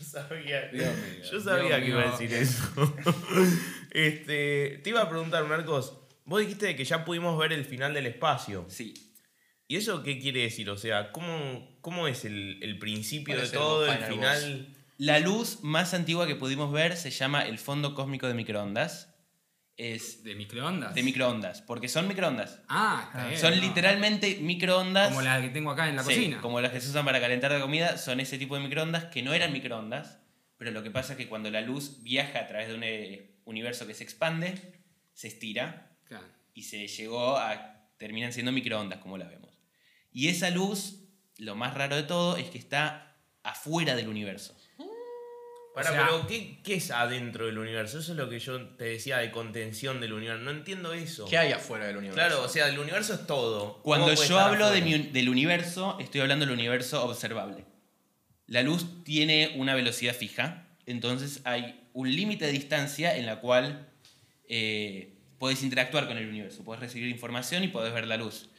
S1: Sabía-
S2: Dios mío.
S1: Yo sabía
S2: Dios
S1: que iba a
S2: mío.
S1: decir eso. este, te iba a preguntar, Marcos, vos dijiste que ya pudimos ver el final del espacio.
S5: Sí.
S1: ¿Y eso qué quiere decir? O sea, ¿cómo, cómo es el, el principio
S4: ¿Cuál
S1: de
S4: es el
S1: todo, el
S4: final
S1: final?
S5: La luz más antigua que pudimos ver se llama el fondo cósmico de microondas. Es
S2: ¿De microondas?
S5: de microondas, porque son microondas.
S2: Ah, está bien,
S5: son
S2: no.
S5: literalmente microondas.
S2: Como la que tengo acá en la
S5: Sí,
S2: cocina.
S5: Como las que se usan para calentar la comida, son ese tipo de microondas que no eran microondas, pero lo que pasa es que cuando la luz viaja a través de un eh, universo que se expande, se estira
S2: Claro.
S5: y se llegó a. terminan siendo microondas, como las vemos. Y esa luz, lo más raro de todo, es que está afuera del universo.
S1: Pará,
S2: O sea-
S1: pero ¿qué, qué es adentro del universo? Eso es lo que yo te decía de contención del universo. No entiendo eso.
S4: ¿Qué hay afuera del universo?
S1: Claro, o sea, el universo es todo.
S5: Cuando
S1: ¿Cómo puede
S5: yo
S1: estar
S5: hablo de
S1: afuera?
S5: mi un- del universo, estoy hablando del universo observable. la luz tiene una velocidad fija, entonces hay un límite de distancia en la cual eh, podés interactuar con el universo, podés recibir información y podés ver la luz.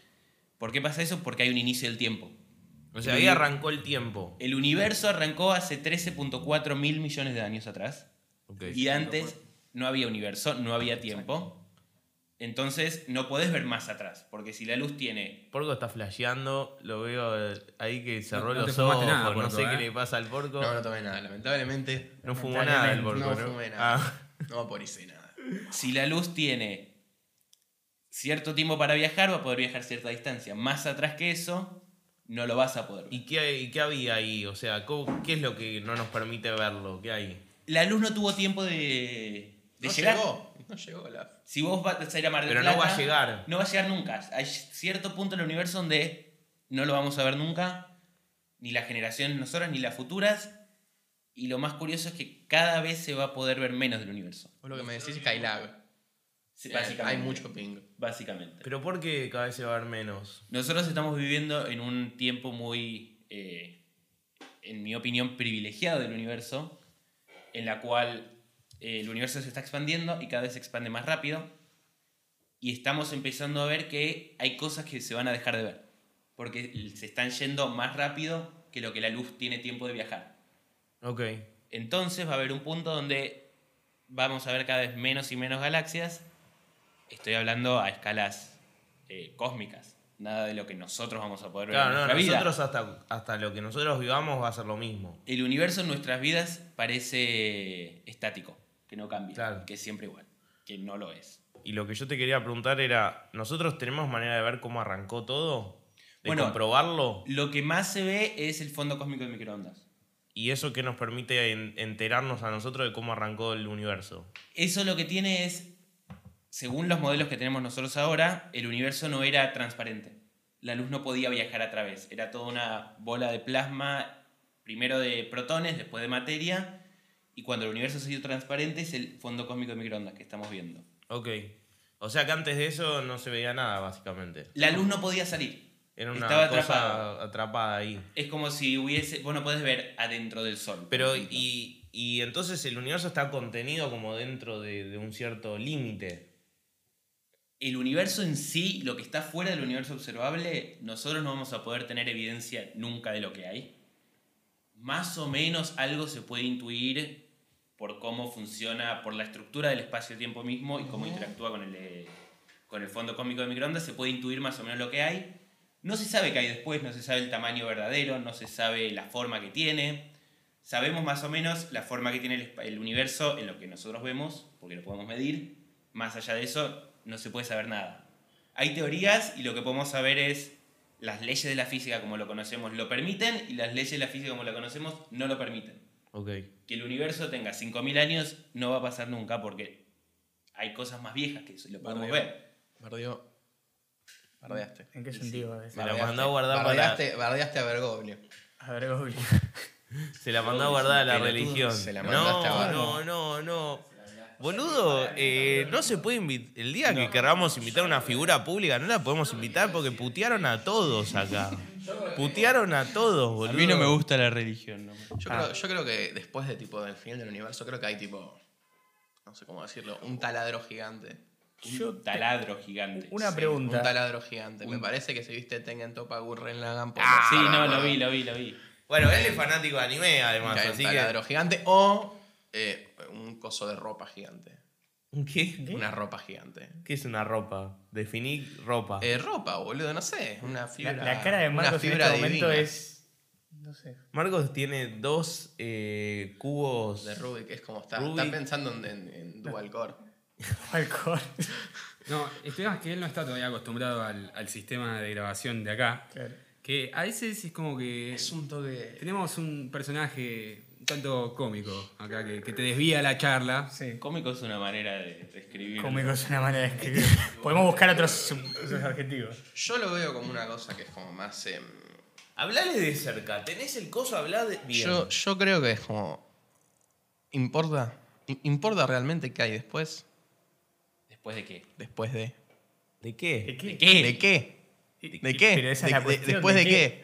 S5: ¿Por qué pasa eso? Porque hay un inicio del tiempo.
S1: O sea, ahí arrancó el tiempo.
S5: El universo arrancó hace 13.4 mil millones de años atrás.
S1: Ok.
S5: Y antes no había universo, no había tiempo. Entonces no podés ver más atrás, porque si la luz tiene...
S1: Porco está flasheando, lo veo eh, ahí que cerró
S2: No- no te
S1: los
S2: fumaste
S1: ojos,
S2: nada,
S1: no
S2: Porco,
S1: sé
S2: ¿eh?
S1: qué le pasa al porco.
S4: No, no tomé nada, lamentablemente.
S1: No fumó nada el porco,
S4: No
S1: ¿no?
S4: fumé nada.
S1: Ah.
S4: No vaporicé nada.
S5: Si la luz tiene cierto tiempo para viajar, va a poder viajar cierta distancia. Más atrás que eso, no lo vas a poder ver.
S1: ¿Y qué, hay- y qué había ahí? O sea, ¿cómo- ¿qué es lo que no nos permite verlo? ¿Qué hay?
S5: La luz no tuvo tiempo de, de
S4: no
S5: llegar.
S4: llegó. No llegó la.
S5: Si vos vas a ir a Mar del
S1: Pero no
S5: Plata,
S1: va a llegar.
S5: No va a llegar nunca. Hay cierto punto del universo donde no lo vamos a ver nunca, ni las generaciones nosotras, ni las futuras. Y lo más curioso es que cada vez se va a poder ver menos del universo.
S4: Vos lo que me decís es Kailab.
S5: Sí, Básicamente.
S4: Hay mucho ping.
S5: Básicamente.
S1: Pero ¿por qué cada vez se va a ver menos?
S5: Nosotros estamos viviendo en un tiempo muy, eh, en mi opinión, privilegiado del universo, en la cual eh, el universo se está expandiendo y cada vez se expande más rápido. Y estamos empezando a ver que hay cosas que se van a dejar de ver, porque se están yendo más rápido que lo que la luz tiene tiempo de viajar.
S1: Ok.
S5: Entonces va a haber un punto donde vamos a ver cada vez menos y menos galaxias. Estoy hablando a escalas eh, cósmicas. Nada de lo que nosotros vamos a poder ver en
S1: Claro, no,
S5: nuestra vida.
S1: nosotros hasta, hasta lo que nosotros vivamos va a ser lo mismo.
S5: El universo en nuestras vidas parece estático, que no cambia,
S1: Claro.
S5: que es siempre igual, que no lo es.
S1: Y lo que yo te quería preguntar era, ¿nosotros tenemos manera de ver cómo arrancó todo? ¿De
S5: Bueno.
S1: comprobarlo?
S5: Lo que más se ve es el fondo cósmico de microondas.
S1: ¿Y eso que nos permite en- enterarnos a nosotros de cómo arrancó el universo?
S5: Eso lo que tiene es, según los modelos que tenemos nosotros ahora, el universo no era transparente. La luz no podía viajar a través. Era toda una bola de plasma, primero de protones, después de materia. Y cuando el universo se hizo transparente es el fondo cósmico de microondas que estamos viendo.
S1: Ok. O sea que antes de eso no se veía nada, básicamente.
S5: La luz no podía salir.
S1: Era una
S5: Estaba
S1: cosa
S5: atrapada.
S1: atrapada ahí.
S5: Es como si hubiese... Vos no podés ver adentro del sol. por
S1: Pero,
S5: ejemplo.
S1: y, y entonces el universo está contenido como dentro de, de un cierto límite.
S5: El universo en sí, lo que está fuera del universo observable, nosotros no vamos a poder tener evidencia nunca de lo que hay. Más o menos algo se puede intuir por cómo funciona, por la estructura del espacio-tiempo mismo y cómo interactúa con el, eh, con el fondo cósmico de microondas, se puede intuir más o menos lo que hay. No se sabe qué hay después, no se sabe el tamaño verdadero, no se sabe la forma que tiene. Sabemos más o menos la forma que tiene el, espa- el universo en lo que nosotros vemos, porque lo podemos medir. Más allá de eso, no se puede saber nada. Hay teorías y lo que podemos saber es las leyes de la física como lo conocemos lo permiten y las leyes de la física como la conocemos no lo permiten.
S1: Ok.
S5: Que el universo tenga 5.000 años no va a pasar nunca porque hay cosas más viejas que eso y lo podemos
S4: Bardeó.
S5: ver.
S4: Perdió. Bardeaste.
S3: ¿En qué sentido? es?
S1: Me la mandó a guardar para-
S4: bardeaste, bardeaste a Bergoglio.
S3: A ver, Google.
S1: Se la mandó a guardar a la
S4: Pelotudo,
S1: religión.
S4: se la mandaste
S1: no,
S4: a
S1: no, no, no. Boludo, eh, no se puede invitar. El día que querramos invitar a una figura pública, no la podemos invitar porque putearon a todos acá. Putearon a todos, boludo. Ah,
S5: gusta la religión.
S4: Yo,
S3: Ah.
S4: creo, yo creo que después de tipo del final del universo, creo que hay tipo. No sé cómo decirlo. Un taladro gigante.
S5: Un taladro gigante.
S3: Una
S4: Un
S3: pregunta.
S4: taladro gigante. Me parece que si viste Tengen Topa Gurren Lagan
S3: Ah,
S4: por-
S5: Sí, no,
S4: para-
S5: lo vi, lo vi, lo vi.
S1: Bueno, él es fanático de anime, además,
S4: Que hay un
S1: así que.
S4: taladro gigante o eh, un coso de ropa gigante.
S1: ¿Qué?
S4: Una ropa gigante.
S1: ¿Qué es una ropa? Definí ropa.
S4: Eh, ropa, boludo, no sé. Una
S3: Ah. La,
S4: fibra.
S3: la cara de
S4: una
S3: Marcos en este
S4: fibra
S3: momento
S4: divina
S3: es. No sé.
S1: Marcos tiene dos eh, cubos.
S4: De Rubik, es como está.
S1: Rubik.
S4: Está pensando en, en- en dual core.
S3: Alcohol.
S2: No, el tema es que él no está todavía acostumbrado al, al sistema de grabación de acá.
S3: Claro.
S2: Que a veces es como que
S4: Es un toque.
S2: tenemos un personaje un tanto cómico acá que, que te desvía la charla.
S3: Sí.
S5: Cómico es una manera de, de escribir.
S3: Cómico es una manera de escribir. Podemos buscar otros, otros adjetivos.
S4: Yo lo veo como una cosa que es como más. em,
S1: Hablale de cerca. ¿Tenés el coso? Hablá de. Bien.
S4: yo, yo creo que es como. ¿Importa? I- ¿Importa realmente qué hay después?
S5: ¿Después de qué?
S4: ¿Después de?
S1: ¿De qué?
S5: ¿De
S3: qué?
S5: qué?
S4: ¿De qué? ¿De
S3: Pero
S4: qué?
S3: esa es la
S4: ¿De- de-
S3: cuestión,
S4: ¿Después de qué?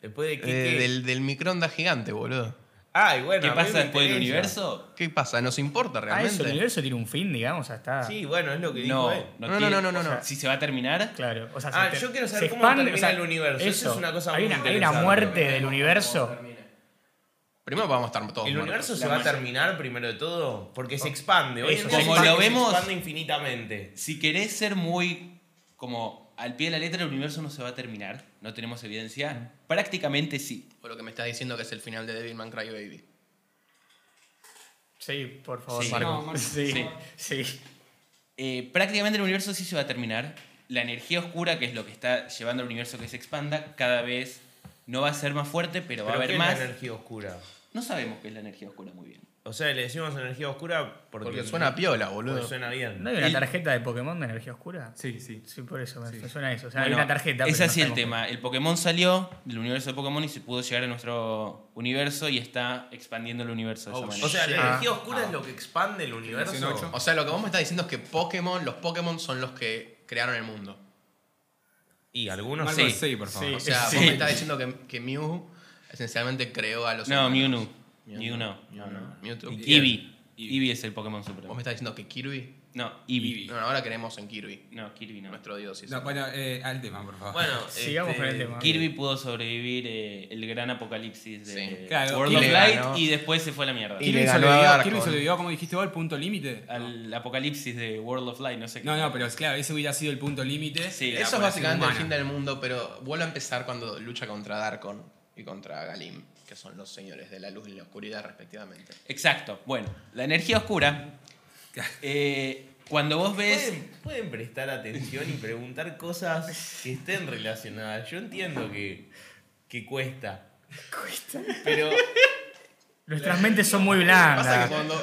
S1: Después de
S4: Eh,
S1: Quique.
S4: del, del microondas gigante, boludo.
S1: Ay, bueno.
S5: ¿Qué
S1: a mí
S5: pasa
S1: me
S5: después del
S1: interesa.
S5: universo?
S4: ¿Qué pasa? ¿Nos importa
S3: Ah, eso, el
S4: realmente?
S3: universo tiene un fin, digamos, ya está.
S1: Ah. Sí, bueno, es lo que dijo
S5: No,
S1: él.
S5: no,
S4: No, no,
S5: tiene-
S4: no, no, no,
S5: o sea,
S4: no.
S5: Si se va a terminar,
S3: Claro, o sea,
S1: Ah,
S3: se-
S1: yo quiero
S3: se
S1: saber cómo
S3: expande,
S1: termina el universo, eso es una cosa
S3: hay
S1: muy
S3: una, hay una
S1: interesante.
S3: muerte del universo.
S4: Primero vamos a estar todos
S1: El
S4: muertos.
S1: universo se va a terminar primero de todo porque se expande. Hoy en
S3: Eso.
S1: día
S5: Como
S1: se expande,
S5: lo
S1: se
S5: vemos-
S1: expande infinitamente.
S5: si querés ser muy como al pie de la letra, el universo no se va a terminar. No tenemos evidencia. Prácticamente sí.
S4: O lo que me estás diciendo que es el final de Devilman Crybaby.
S3: Sí, por favor,
S5: Sí.
S3: Marco.
S2: No, Marco.
S3: sí, sí.
S5: Eh, prácticamente el universo sí se va a terminar. La energía oscura, que es lo que está llevando al universo que se expanda, cada vez no va a ser más fuerte, pero va
S1: Pero
S5: a
S1: ¿qué
S5: haber
S1: es
S5: más.
S1: la energía oscura?
S5: No sabemos qué es la energía oscura muy bien.
S1: O sea, le decimos energía oscura porque,
S4: Porque suena a piola, boludo.
S1: porque suena bien.
S3: ¿No hay una
S5: El-
S3: tarjeta de Pokémon de energía oscura?
S2: Sí, sí.
S3: Sí, por eso me me suena a eso. O sea,
S5: Bueno,
S3: hay una tarjeta.
S5: Es
S3: pero no
S5: así el
S3: sabemos
S5: tema. El Pokémon salió del universo de Pokémon y se pudo llegar a nuestro universo y está expandiendo el universo de esa
S4: Oh,
S5: manera.
S1: O sea, la
S3: Ah.
S1: energía oscura es lo que expande el universo.
S2: ocho.
S4: O sea, lo que vos me estás diciendo es que Pokémon, los Pokémon son los que crearon el mundo.
S1: Y algunos
S2: Marco,
S1: sí.
S5: sé.
S2: sí, por favor.
S4: O sea,
S3: Sí.
S4: vos me estás diciendo que, que Mew esencialmente creó a los.
S5: no, Mew
S4: humanos.
S5: no. Mew no.
S4: Mew no. Mewtwo.
S5: Y Eevee. Eevee es el Pokémon
S4: Vos
S5: supremo.
S4: me estás diciendo que Kirby.
S5: No, Eevee.
S4: No, ahora creemos en Kirby,
S5: No, Kirby no.
S4: nuestro dios. y eso.
S2: No, bueno, eh, al tema, por favor.
S1: Bueno,
S3: Sigamos
S1: este,
S3: con el tema.
S5: Kirby pudo sobrevivir eh, el gran apocalipsis de
S4: Sí.
S2: Claro,
S5: World
S4: y
S5: of
S4: le
S5: Light
S4: ganó.
S5: y después se fue a la mierda.
S4: Y
S2: Kirby
S4: le ganó a
S2: sobrevivió,
S4: Darkon.
S2: Kirby sobrevivió, como dijiste vos, el punto límite.
S5: Al apocalipsis de World of Light, no sé qué.
S2: No, no, pero es claro, ese hubiera sido el punto límite.
S5: Sí,
S2: Era
S4: Eso es
S2: por la ser
S4: básicamente el
S2: humana.
S4: fin del mundo, pero vuelve a empezar cuando lucha contra Darkon y contra Galim, que son los señores de la luz y la oscuridad respectivamente.
S5: Exacto. Bueno, la energía oscura. eh, cuando vos ves.
S1: ¿Pueden, pueden prestar atención y preguntar cosas que estén relacionadas. Yo entiendo que, que cuesta. Cuesta. Pero,
S3: Nuestras mentes son muy blandas.
S4: Pasa que cuando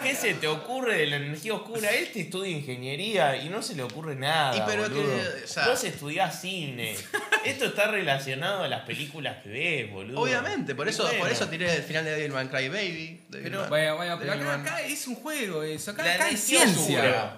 S1: ¿qué se te ocurre de la energía oscura? Él te estudia ingeniería y no se le ocurre nada.
S4: Y pero que,
S1: boludo.
S4: o sea-
S1: Vos estudiás cine. Esto está relacionado a las películas que ves, boludo.
S4: Obviamente, por
S1: Y
S4: eso,
S1: bueno,
S4: por eso tiré el final de Devilman Crybaby. Devilman-
S2: Bueno, bueno, pero acá,
S4: Devilman-
S2: acá es un juego, eso. Acá,
S1: La
S2: acá hay
S1: energía
S2: ciencia.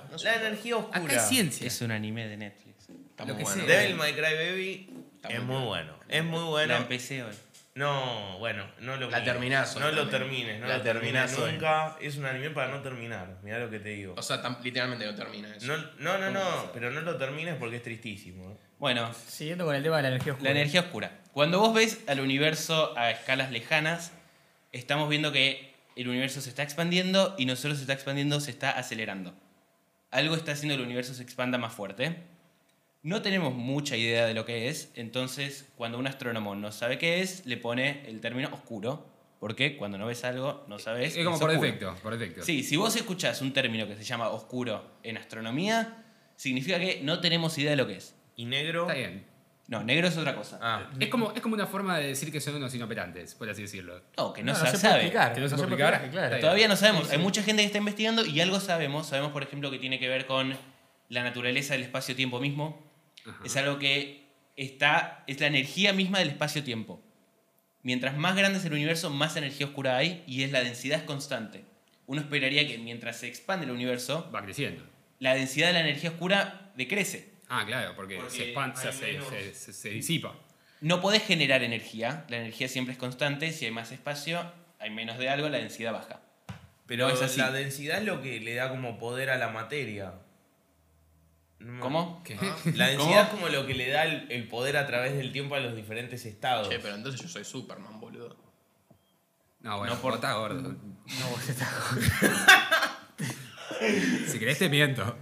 S1: oscura. La energía oscura.
S2: Acá hay ciencia.
S5: Es un anime de Netflix.
S4: Está
S2: lo
S4: muy
S2: que
S4: bueno.
S2: sea.
S1: Devil May Cry Baby
S4: Está
S1: es
S4: muy
S1: muy
S4: bien.
S1: bueno. Es muy
S5: La
S1: bueno.
S5: empecé hoy.
S1: No, bueno, no lo
S4: La
S1: mires.
S4: terminás hoy
S1: No lo
S4: también.
S1: termines, no
S4: La
S1: lo termines
S4: terminás hoy.
S1: nunca. Es un anime para no terminar, mirá lo que te digo.
S4: O sea, tam- literalmente no termina eso.
S1: No, no, no, no, pero no lo termines porque es tristísimo. ¿eh?
S5: Bueno,
S3: Siguiendo con el tema de la energía oscura.
S5: la energía oscura. Cuando vos ves al universo a escalas lejanas, estamos viendo que el universo se está expandiendo y nosotros se está expandiendo, se está acelerando. Algo está haciendo que el universo se expanda más fuerte. No tenemos mucha idea de lo que es, entonces cuando un astrónomo no sabe qué es, le pone el término oscuro, porque cuando no ves algo, no sabes.
S2: Es como por
S5: oscuro.
S2: defecto, por defecto.
S5: Sí, si vos escuchás un término que se llama oscuro en astronomía, significa que no tenemos idea de lo que es.
S1: Y negro.
S2: Está bien.
S5: No, negro es otra cosa.
S1: Ah,
S2: Es como, es como una forma de decir que son unos inoperantes, por así decirlo.
S5: No, que no,
S3: No,
S5: se
S3: no se puede
S5: sabe.
S3: explicar.
S2: Que no se
S3: No
S2: puede
S3: se puede
S2: explicar,
S3: explicar, claro.
S2: está bien.
S5: Todavía no sabemos. Hay mucha gente que está investigando y algo sabemos. Sabemos, por ejemplo, que tiene que ver con la naturaleza del espacio-tiempo mismo.
S2: Ajá.
S5: Es algo que está. es la energía misma del espacio-tiempo. Mientras más grande es el universo, más energía oscura hay y es la densidad es constante. Uno esperaría que mientras se expande el universo,
S2: Va creciendo.
S5: la densidad de la energía oscura decrece.
S2: Ah, claro, porque,
S5: Porque
S2: se expande,
S5: hay
S2: se,
S5: menos-
S2: se- se- se disipa.
S5: No podés generar energía, la energía siempre es constante, si hay más espacio, hay menos de algo, la densidad baja.
S1: pero
S5: No, es así.
S1: la densidad es lo que le da como poder a la materia. No me-
S5: ¿Cómo?
S2: ¿Qué?
S1: La densidad es como lo que le da el, el poder a través del tiempo a los diferentes estados.
S4: Che, pero entonces yo soy Superman, boludo.
S2: No, bueno,
S5: No por-
S2: por... está gordo. si querés te miento.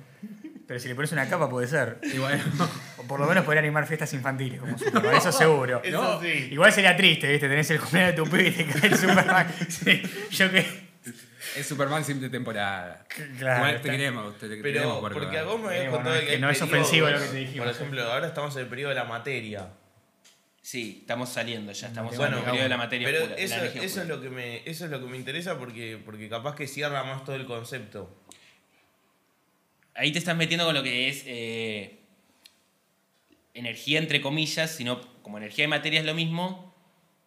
S3: Pero si le pones una capa puede ser.
S2: Y bueno,
S3: O por lo menos poder animar fiestas infantiles, como Superman, eso seguro.
S1: Eso
S2: No.
S1: sí.
S3: Igual sería triste, ¿viste? Tenés el cumpleaños de tu pibe y te cae el Superman. Sí, yo que.
S2: es Superman simple temporada.
S3: Claro,
S2: Igual te
S3: está.
S2: queremos, te, te
S1: Pero
S2: queremos por
S1: porque
S2: verdad.
S1: a vos me habías
S3: Bueno,
S1: contado
S3: es
S1: que
S3: que
S1: hay
S3: no es ofensivo
S1: periodos,
S3: lo que te dijimos.
S1: Por ejemplo, ahora estamos en el periodo de la materia.
S5: Sí, estamos saliendo ya, estamos
S1: Bueno,
S5: en el periodo de la materia
S1: Pero
S5: oscura, de la
S1: eso,
S5: energía
S1: eso,
S5: oscura.
S1: es lo que me, eso es lo que me interesa porque, porque capaz que cierra más todo el concepto.
S5: Ahí te estás metiendo con lo que es eh, energía entre comillas, sino como energía y materia es lo mismo,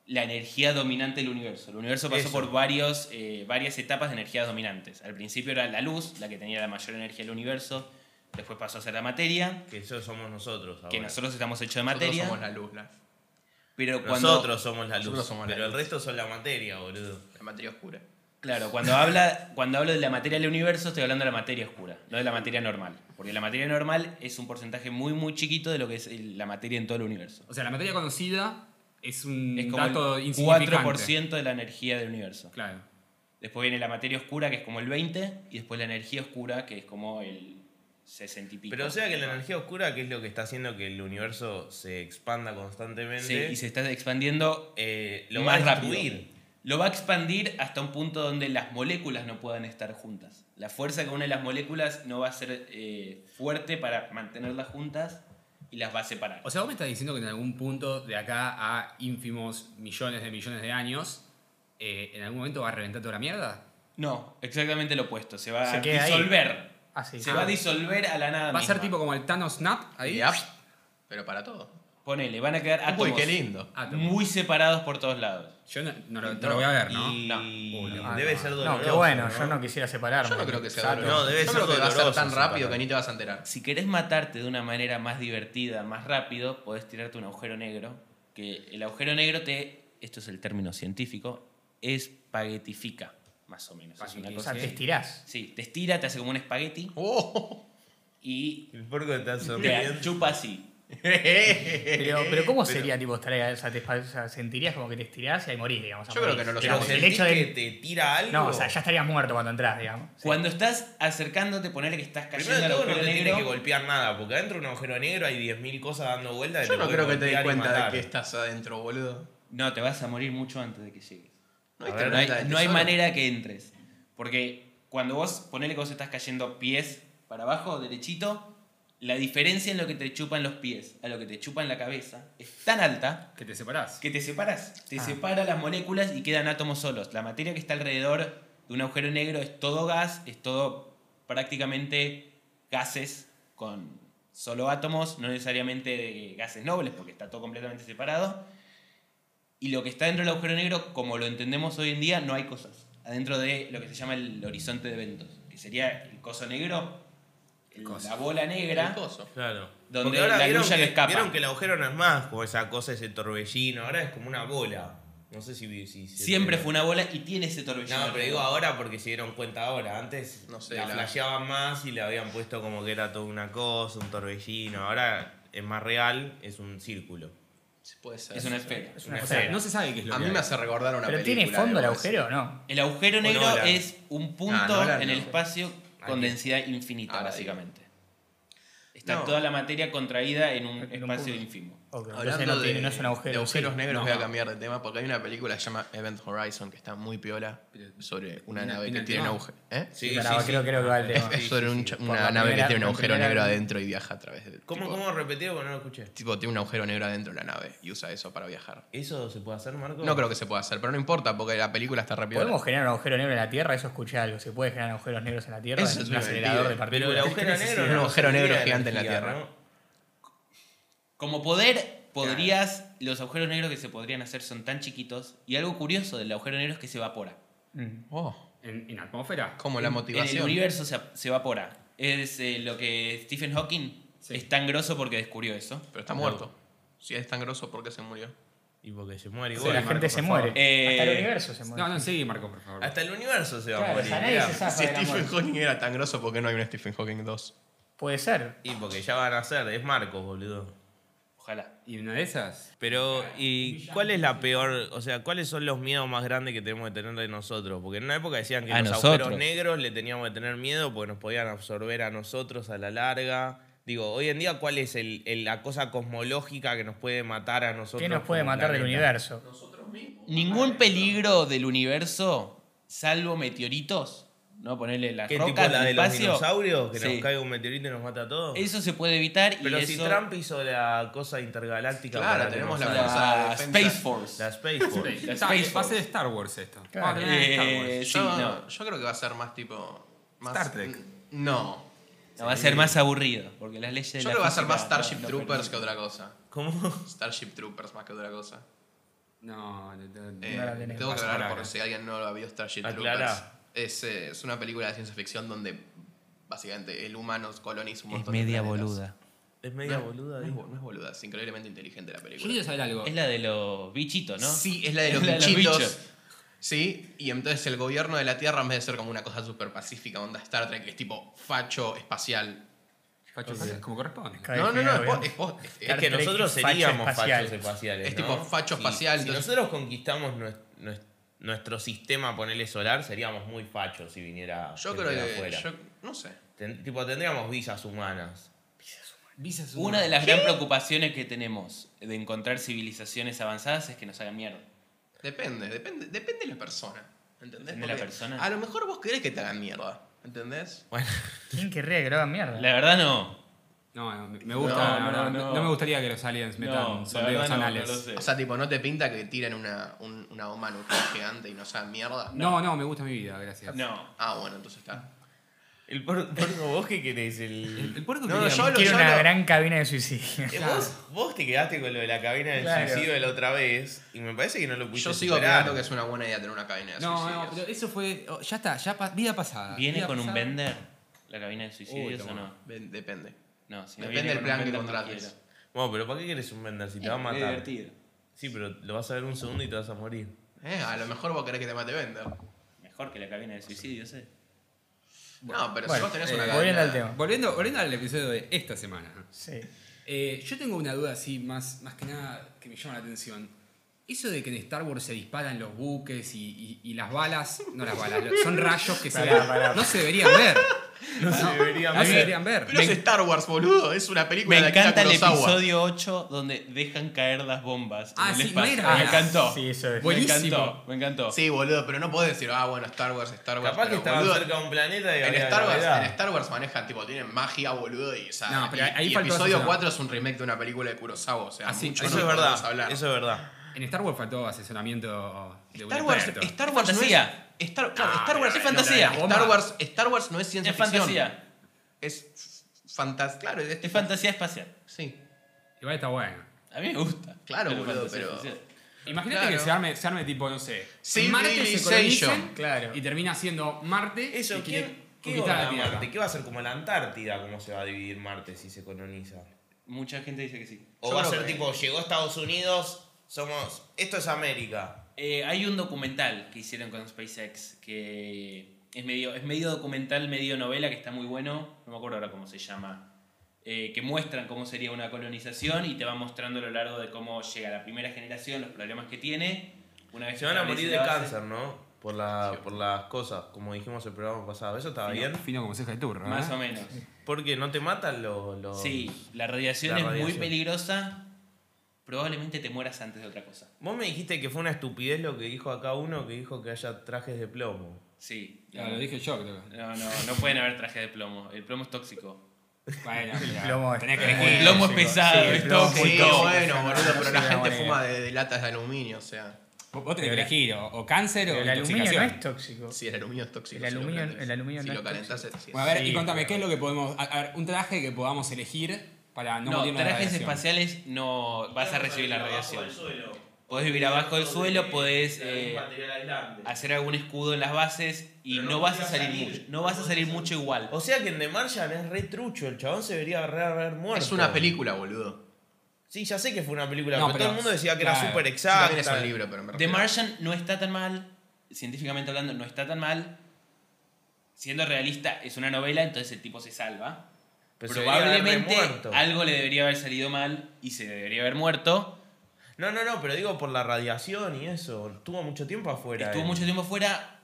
S5: la energía dominante del universo. El universo pasó
S1: Eso.
S5: por varios, eh, varias etapas de energías dominantes. Al principio era la luz, la que tenía la mayor energía del universo, después pasó a ser la materia,
S1: Que eso somos nosotros ahora.
S5: que nosotros estamos hechos de
S4: Nosotros
S5: materia.
S4: somos la luz. la-
S5: Pero cuando.
S1: Nosotros somos la luz,
S4: Nosotros somos la
S1: pero el
S4: luz.
S1: resto son la materia, boludo.
S4: La materia oscura.
S5: Claro, cuando, habla, cuando hablo de la materia del universo, estoy hablando de la materia oscura, no de la materia normal. Porque la materia normal es un porcentaje muy, muy chiquito de lo que es el- la materia en todo el universo.
S2: O sea, la materia conocida es un
S5: Es como
S2: dato
S5: el
S2: insignificante.
S5: 4% de la energía del universo.
S2: Claro.
S5: Después viene la materia oscura, que es como el 20%, y después la energía oscura, que es como el 60 y pico.
S1: Pero o sea que la energía oscura, que es lo que está haciendo que el universo se expanda
S5: Sí,
S1: constantemente,
S5: y se está expandiendo
S1: eh, lo
S5: más
S1: va a
S5: rápido.
S1: destruir.
S5: Lo va a expandir hasta un punto donde las moléculas no puedan estar juntas. La fuerza que une las moléculas no va a ser eh, fuerte para mantenerlas juntas y las va a separar.
S2: O sea, vos me estás diciendo que en algún punto de acá a ínfimos millones de millones de años, eh, en algún momento va a reventar toda la mierda.
S5: no, exactamente lo opuesto. Se va
S3: Se
S5: a
S3: queda ahí.
S5: disolver.
S3: Así.
S5: Se va a disolver a la nada.
S2: Va a ser
S5: misma.
S2: tipo como el Thanos Snap ahí.
S4: Y, ah, Pero para todo.
S5: Ponele, van a quedar átomos
S4: Uy, qué lindo.
S2: Átomos.
S5: muy separados por todos lados.
S2: Yo no, no lo, no lo voy a ver, ¿no?
S1: Y
S5: No.
S4: Ah,
S2: no.
S1: debe ser doloroso.
S3: No, qué bueno, yo no quisiera separarme.
S4: Yo no creo que sea
S3: Exacto.
S4: doloroso.
S1: No, debe
S4: Yo
S1: ser
S4: creo que va a ser
S1: doloroso
S4: tan rápido
S1: separar.
S4: que ni te vas a enterar.
S5: Si querés matarte de una manera más divertida, más rápido, podés tirarte un agujero negro. Que el agujero negro te, esto es el término científico, espaguetifica, más o menos. Es una
S3: O sea,
S5: cosa.
S3: te estirás.
S5: Sí, te estira, te hace como un espagueti
S4: Oh,
S5: y
S1: El porco está
S5: te
S1: sonriendo.
S5: chupa así.
S3: Pero, pero ¿cómo sería, tipo, estar ahí? O sea, te, o sea, sentirías como que te estirás y ahí morís, digamos.
S4: Yo creo que no lo
S1: Pero
S3: digamos,
S4: sé.
S3: El
S1: sentís
S3: hecho
S1: que
S3: de...
S1: te tira algo.
S3: No, o sea, ya estarías muerto cuando entrás, digamos. Sí.
S5: Cuando estás acercándote, ponerle que estás cayendo
S1: Primero de
S5: al
S1: todo, no
S5: agujero
S1: te tiene que
S5: negro.
S1: golpear nada, porque adentro de un agujero negro hay 10.000 cosas dando vueltas.
S4: yo no creo que te des cuenta de que
S1: está.
S4: estás adentro, boludo.
S5: No, te vas a morir mucho antes de que llegues.
S4: No
S1: A
S4: hay,
S1: ver,
S5: No hay,
S4: tormenta del
S5: no hay
S4: tesoro.
S5: manera que entres. Porque cuando vos, ponele que vos estás cayendo pies para abajo, derechito, la diferencia en lo que te chupan los pies a lo que te chupan la cabeza es tan alta
S2: Que te separás.
S5: que te separas. Te separa las moléculas y quedan átomos solos. La materia que está alrededor de un agujero negro es todo gas, es todo prácticamente gases con solo átomos, no necesariamente de gases nobles porque está todo completamente separado. Y lo que está dentro del agujero negro, como lo entendemos hoy en día, no hay cosas. Adentro de lo que se llama el horizonte de eventos, que sería el coso negro, el-
S2: coso.
S5: la bola negra.
S4: El coso.
S1: Claro.
S5: Donde
S1: Porque ahora
S5: la
S1: vieron,
S5: luz ya
S1: que,
S5: no escapa.
S1: vieron que el agujero no es más como esa cosa, ese torbellino. Ahora es como una bola. No sé si. vi- si- si-
S5: Siempre fue una bola y tiene ese torbellino.
S1: No, pero digo
S5: alrededor.
S1: ahora porque se dieron cuenta ahora. Antes
S4: No sé,
S1: la,
S4: la-
S1: flasheaban más y le habían puesto como que era toda una cosa, un torbellino. Ahora es más real, es un círculo.
S4: Sí, Puede ser.
S5: es una esfera.
S3: Es una
S1: O sea,
S3: esfera.
S2: No se sabe qué es lo
S4: A
S2: que
S4: mí
S2: hay.
S4: me hace recordar una
S3: ¿Pero
S4: película.
S3: tiene fondo
S4: de
S3: el
S4: Bob Esponja.
S3: agero o no?
S5: El agujero
S1: O
S5: negro
S1: Nolan.
S5: es un punto
S4: Ah, Nolan
S5: en el
S4: no.
S5: espacio con
S1: Ahí.
S5: densidad infinita,
S4: Ahora sí.
S5: básicamente. Está
S4: No.
S5: toda la materia contraída en un
S3: En un
S5: espacio
S3: punto.
S5: ínfimo.
S3: Ok, entonces
S4: Hablando
S3: no, tiene,
S4: de,
S3: no es un agujero.
S4: de agujeros
S3: sí.
S4: negros,
S2: No,
S4: voy a
S2: no.
S4: cambiar de tema porque hay una película que se llama Event Horizon que está muy piola sobre una
S2: Mira,
S4: nave
S2: mira
S4: que
S2: el
S4: tiene un
S2: tema.
S4: agujero. ¿Eh?
S1: Sí,
S3: Pará,
S1: sí, sí.
S3: Creo, creo que va el tema.
S4: es sobre un cha-
S3: Por
S4: una
S3: la
S4: nave
S3: primera-
S4: que tiene
S3: la
S4: un agujero
S3: primera-
S4: negro adentro y viaja a través del.
S1: ¿Cómo,
S4: tipo,
S1: ¿Cómo repetido? Porque no lo escuché.
S4: tipo, tiene un agujero negro adentro la nave y usa eso para viajar.
S1: ¿Eso se puede hacer, Marco?
S4: No creo que se pueda hacer, pero no importa porque la película está rápida.
S3: ¿Podemos generar un agujero negro en la Tierra? Eso escuché algo. ¿Se puede generar agujeros negros en la Tierra?
S4: Eso
S3: ¿En
S4: es
S3: un
S4: lo que
S3: acelerador
S4: pide.
S3: de partículas?
S1: Pero el agujero
S3: Sí,
S1: negro.
S4: un
S1: no
S4: agujero negro
S1: tendría
S4: gigante en la
S1: energía,
S4: Tierra.
S1: ¿no?
S5: Como poder, podrías. Los agujeros negros que se podrían hacer son tan chiquitos. Y algo curioso del agujero negro es que se evapora.
S3: Mm.
S4: Oh,
S2: ¿En, en atmósfera?
S4: como la
S5: En el
S4: motivación.
S5: universo se, se evapora. Es eh, lo que Stephen Hawking
S2: Sí.
S5: es tan grosso porque descubrió eso.
S4: Pero está muerto. Si es tan grosso, ¿por qué se murió?
S1: Y porque se muere
S3: Sí,
S1: igual.
S3: la
S1: Marco,
S3: gente
S1: por
S3: se
S1: favor.
S3: muere.
S5: Eh,
S3: Hasta el universo se muere.
S2: No, no, sí, Marco, por favor.
S1: Hasta el universo se va a
S3: Claro, o
S1: morir.
S3: sea, nadie se
S1: mirá.
S3: zafa
S4: Si
S3: de Ah, la
S4: Stephen
S3: muerte.
S4: Hawking era tan grosso, ¿por qué no hay un Stephen Hawking 2?
S3: Puede ser.
S1: Y porque ya van a ser, es Marcos, boludo.
S5: Ojalá.
S2: Y una de esas.
S1: Pero, ¿y cuál es la peor? O sea, ¿cuáles son los miedos más grandes que tenemos que tener de nosotros? Porque en una época decían que
S5: A
S1: los
S5: nosotros.
S1: agujeros negros le teníamos que tener miedo porque nos podían absorber a nosotros a la larga. Digo, hoy en día, ¿cuál es el- el- la cosa cosmológica que nos puede matar a nosotros?
S3: ¿Qué nos puede
S1: como
S3: matar del
S1: planeta?
S3: universo?
S5: Ningún peligro del universo, salvo meteoritos, ¿no? Ponerle las
S1: ¿Qué
S5: rocas
S1: tipo la
S5: del
S1: de los
S5: espacio.
S1: dinosaurios? Que
S5: Sí.
S1: nos caiga un meteorito y nos mata a todos.
S5: Eso se puede evitar y
S1: Pero si
S5: eso-
S1: Trump hizo la cosa intergaláctica.
S4: Claro,
S1: para que
S4: tenemos
S1: nos-
S4: la-
S5: la
S4: Defensa-
S5: Space Force.
S1: la Space Force.
S5: La
S2: Está-
S5: Space
S2: va a
S5: Force.
S2: ser Star Wars esto.
S3: Claro.
S2: Vamos a tener Star Wars.
S5: Eh, sí,
S4: yo,
S5: no.
S4: yo creo que va a ser más tipo. Más,
S2: Star Trek.
S4: No.
S5: No, va a ser más aburrido, porque las leyes de
S4: Yo
S5: la
S4: creo que va a ser
S5: física
S4: más Starship
S5: no- no
S4: Troopers que
S5: permiten.
S4: otra cosa.
S1: ¿Cómo?
S4: Starship Troopers más que otra cosa.
S2: No, no, no, no.
S4: Eh,
S3: la tenés.
S4: tengo que
S2: Vas a
S4: hablar
S2: hablar.
S4: por si alguien no lo ha visto Starship Troopers.
S1: Aclará.
S4: Es, eh, es una película de ciencia ficción donde básicamente el humano coloniza un
S5: Es
S4: montón de
S5: media
S4: planetas.
S5: boluda.
S1: Es media boluda.
S4: No es,
S1: digo.
S4: bo- no es boluda, es increíblemente inteligente la
S2: Yo
S4: película.
S2: quiero saber algo.
S5: Es la de los bichitos, ¿no?
S4: Sí, es la de los
S5: la de los
S4: bichitos.
S5: bichos.
S4: Sí, y entonces el gobierno de la Tierra, en vez de ser como una cosa súper pacífica, onda Star Trek, que es tipo facho espacial.
S2: Facho, como corresponde.
S3: Cada
S4: no,
S3: vez
S4: no,
S3: que
S4: no,
S3: me
S4: es, po-
S3: vean.
S4: es po- es- es-
S1: Es que
S3: Trek
S1: nosotros
S3: es facho
S1: seríamos
S3: espacial.
S1: fachos espaciales.
S4: Es
S1: ¿no?
S4: tipo facho
S1: Si-
S4: espacial,
S1: Si,
S4: entonces-
S1: nosotros conquistamos nues- nues- nuestro sistema, ponerle solar, seríamos muy fachos si viniera.
S4: yo
S1: gente
S4: creo
S1: de
S4: que.
S1: afuera.
S4: yo- no sé.
S1: Ten- tipo, tendríamos visas humanas.
S2: Visa es
S5: Una de las gran preocupaciones que tenemos de encontrar civilizaciones avanzadas es que nos hagan mierda.
S4: Depende, depende, depende de la persona. ¿Entendés?
S5: Depende de la persona.
S4: A lo mejor vos querés que te hagan mierda. ¿Entendés?
S1: Bueno,
S3: ¿Quién querría que lo hagan mierda?
S5: La verdad no.
S2: No, no, me me gusta.
S5: No,
S2: No,
S5: no, no.
S2: no me gustaría que los aliens metan
S5: la
S2: sondeos
S5: verdad no,
S2: anales.
S5: no lo sé.
S4: O sea, tipo, no te pinta que tiran una, un- una bomba nuclear gigante y no sean mierda.
S2: No, no, me gusta mi vida, gracias.
S5: No.
S4: Ah, bueno, entonces está.
S1: el por- porno, vos qué querés. El...
S2: El, el puerco
S4: No,
S2: quería-
S4: yo lo-
S3: Quiero una
S4: lo-
S3: gran cabina de suicidio.
S1: Eh, vos, vos te quedaste con lo de la cabina del
S3: Claro.
S1: suicidio de la otra vez y me parece que no lo pudiste
S4: Yo sigo
S1: superar.
S4: pensando que es una buena idea tener una cabina de
S2: No,
S4: suicidios.
S2: no, pero eso fue. oh, ya está, ya pa- vida pasada.
S5: ¿Viene
S2: vida
S5: con un
S2: pasada.
S5: vender la cabina de suicidios
S2: Uy,
S5: o
S2: toma.
S5: no?
S4: Ven- Depende.
S5: No, si no
S4: Depende
S5: viene
S4: del
S5: con
S4: plan
S5: un
S4: que
S5: vender, no
S4: contrates.
S5: quiero.
S1: Bueno, pero ¿para qué querés un vender si te va a
S5: Es
S1: matar?
S5: divertido.
S1: Sí, pero lo vas a ver un segundo y te vas a morir.
S4: Eh, a lo mejor vos querés que te mate vender.
S5: Mejor que la cabina de suicidios, ¿eh?
S4: no, pero si
S3: Bueno,
S4: vos tenés
S2: eh,
S4: una cabina.
S3: Volviendo al tema.
S2: Volviendo, volviendo al episodio de esta semana.
S3: Sí.
S2: Eh, yo tengo una duda así, más, más que nada, que me llama la atención. Eso de que en Star Wars se disparan los buques y, y- y las balas, no las balas, lo- son rayos que se
S3: Pará,
S2: ven-
S3: pará.
S2: no se deberían ver.
S1: No se debería
S2: No se deberían ver.
S4: Pero es Star Wars, boludo. Es una película
S5: Me
S4: de Akira
S5: encanta el
S4: Kurosawa.
S5: episodio 8 donde dejan caer las bombas.
S2: Ah,
S5: en el
S2: sí,
S5: espacio.
S2: no era-
S5: Me encantó.
S3: Sí, eso es.
S2: Voy-
S5: me
S2: buenísimo.
S5: encantó. Me encantó.
S4: Sí, boludo, pero no podés decir, ah, bueno, Star Wars, Star Wars.
S1: Capaz que
S4: pero,
S1: estaban
S4: boludo,
S1: cerca de un planeta y
S4: En
S1: había
S4: Star, Wars,
S1: gravedad.
S4: en Star Wars manejan, tipo, tienen magia, boludo, y, o sea,
S2: No, pero
S4: y-
S2: ahí
S4: y
S2: faltó
S4: episodio
S2: asesinar.
S4: 4 es un remake de una película de Kurosawa, o sea,
S2: Ah, sí,
S4: mucho
S1: Eso
S4: no
S1: es
S4: podemos
S1: verdad.
S4: hablar.
S1: Eso es verdad.
S2: En Star Wars faltó asesoramiento de un
S4: Star Wars,
S2: experto.
S4: Star Wars
S5: Fantasía.
S4: no es... Star, claro,
S2: Ah,
S4: Star Wars
S5: es fantasía.
S4: no, Star Wars, Star Wars no es ciencia
S5: Es
S4: ficción.
S5: fantasía.
S4: Es fantasía. Claro, es,
S5: Es fantasía espacial.
S4: Sí.
S2: Igual está bueno.
S5: A mí me gusta.
S4: Claro, boludo,
S5: fantasía
S4: pero-
S5: espacial.
S2: Imagínate
S4: Claro.
S2: que se arme, se arme tipo, no sé.
S4: Civilization.
S2: Marte se colonicen,
S3: Claro.
S2: y termina siendo Marte.
S1: Eso,
S2: que
S1: ¿quién-
S2: quiere
S1: ¿qué,
S2: conquistar
S1: va
S2: la
S1: a
S2: Tierra.
S1: Marte? ¿Qué va a ser como la Antártida? ¿Cómo se va a dividir Marte si se coloniza?
S5: Mucha gente dice que sí.
S1: O
S4: Yo
S1: va a
S4: creo
S1: ser
S4: que-
S1: tipo, llegó a Estados Unidos, somos. Esto es América.
S5: Eh, hay un documental que hicieron con SpaceX que es medio, es medio documental, medio novela, que está muy bueno. No me acuerdo ahora cómo se llama. eh, que muestran cómo sería una colonización y te va mostrando a lo largo de cómo llega la primera generación, los problemas que tiene. Una vez
S1: Se van a
S5: establece
S1: morir de
S5: la base.
S1: cáncer, ¿no? Por, la, por las cosas, como dijimos el programa pasado. ¿Eso estaba bien?
S2: Fino como ceja de turro. ¿eh?
S5: Más o menos.
S1: Porque no te matan los. los-
S5: Sí, la radiación
S1: La
S5: es
S1: radiación.
S5: muy peligrosa. Probablemente te mueras antes de otra cosa.
S1: Vos me dijiste que fue una estupidez lo que dijo acá uno que dijo que haya trajes de plomo.
S5: Sí.
S2: Claro, lo dije yo, creo.
S5: No, no, no pueden haber traje de plomo. El plomo es tóxico.
S2: Bueno, mira,
S3: plomo es-
S2: tenés que
S3: el
S2: elegir.
S5: El plomo es pesado,
S3: el
S5: es
S3: plomo es
S5: tóxico.
S4: Sí,
S3: tóxico,
S4: bueno,
S3: no,
S4: boludo,
S3: no
S4: pero
S3: es
S4: la
S3: una
S4: gente
S3: buena
S4: fuma de, de latas de aluminio, o sea,
S2: Vos vos tenés que elegir o, o cáncer o
S3: Pero el aluminio no
S2: intoxicación.
S3: es tóxico.
S4: si el aluminio es tóxico.
S3: El
S4: si lo
S3: aluminio-
S4: calentás.
S3: el aluminio
S4: si
S3: no
S4: lo
S3: es tóxico.
S4: calentás, es- sí.
S2: Bueno, a ver,
S3: Sí,
S2: y contame,
S3: pero-
S2: ¿qué es lo que podemos. A, a ver, un traje que podamos elegir para no,
S5: No,
S2: morirnos de
S5: trajes
S2: radiación?
S5: espaciales no vas a recibir la radiación. Podés vivir abajo del suelo, podés eh, hacer algún escudo en las bases y
S1: Pero
S5: no,
S1: no
S5: vas a
S1: podrías
S5: salir
S1: salir.
S5: mucho. No vas a salir mucho igual.
S1: O sea que en The Martian es re trucho, el chabón se debería re haber muerto.
S4: Es una película, boludo.
S1: Sí, ya sé que fue una película,
S2: No,
S1: pero,
S2: pero-
S1: todo el mundo decía que era
S2: claro,
S1: súper
S4: Sí,
S1: exacta.
S4: también es un libro, pero me
S5: The
S4: refiero-
S5: Martian no está tan mal, científicamente hablando, no está tan mal. Siendo realista, es una novela, entonces el tipo se salva.
S1: Pero se debería haber
S5: Probablemente
S1: remuerto.
S5: algo le debería haber salido mal y se debería haber muerto.
S1: No, no, no, pero digo por la radiación y eso. Estuvo mucho tiempo afuera. eh.
S5: Estuvo
S1: él.
S5: mucho tiempo fuera.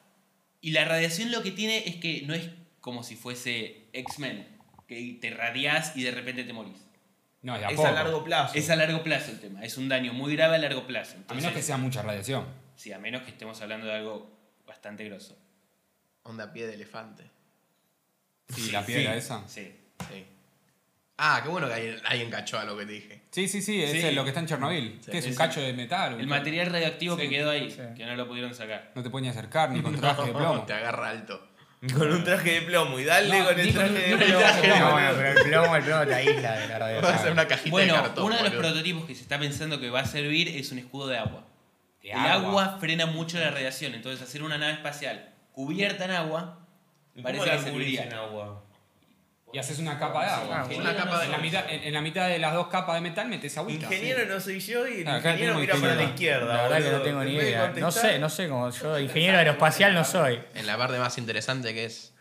S5: Y la radiación lo que tiene es que no es como si fuese X-Men, que te radiás y de repente te morís.
S2: No, de a
S1: Es
S2: poco.
S1: a largo plazo.
S5: Es a largo plazo el tema, es un daño muy grave a largo plazo.
S2: A menos que
S5: Entonces,
S2: sea mucha radiación.
S5: Sí, a menos que estemos hablando de algo bastante grosso.
S4: Onda pie de elefante.
S2: Sí, la piedra
S5: sí,
S2: esa.
S5: Sí.
S4: Sí. Ah, qué bueno que alguien, alguien cachó a lo que dije.
S2: Sí, sí, sí, es
S5: Sí.
S2: lo que está en Chernobyl.
S4: Sí,
S2: que es un
S5: ese.
S2: cacho de metal. un-
S5: El material radioactivo que quedó ahí,
S3: sí.
S5: que no lo pudieron sacar.
S2: No te puedes ni acercar ni con traje de plomo.
S4: Te agarra alto.
S1: Con un traje de plomo. Y dale
S2: No,
S1: con el
S2: ni con
S1: traje
S2: un-
S1: de
S2: ni con el
S1: plomo.
S2: traje
S3: No, bueno, pero el plomo, el plomo te aísla de la
S4: Va a ser
S3: radiación.
S4: una cajita
S5: Bueno,
S4: de cartón.
S5: uno de los
S4: boludo.
S5: prototipos que se está pensando que va a servir es un escudo de agua.
S2: De
S5: el agua. frena mucho la radiación, entonces hacer una nave espacial cubierta en agua
S1: ¿Y cómo
S5: parece
S1: la
S5: que
S1: cubrís
S5: serviría.
S1: en agua?
S2: y haces una capa de agua.
S3: Ah,
S5: una capa de
S2: en, la
S5: agua.
S2: mitad, eh. en, en la mitad de las dos capas de metal metes agüita.
S1: Ingeniero no soy yo y el
S2: Acá
S1: ingeniero
S2: tengo
S1: mira para la
S2: ingeniero.
S1: izquierda.
S3: La verdad que
S1: boludo.
S3: no tengo ni
S1: En vez de
S3: idea. No
S1: contestar,
S3: sé, no sé cómo. Yo ingeniero aeroespacial no soy.
S4: En la parte más interesante que es.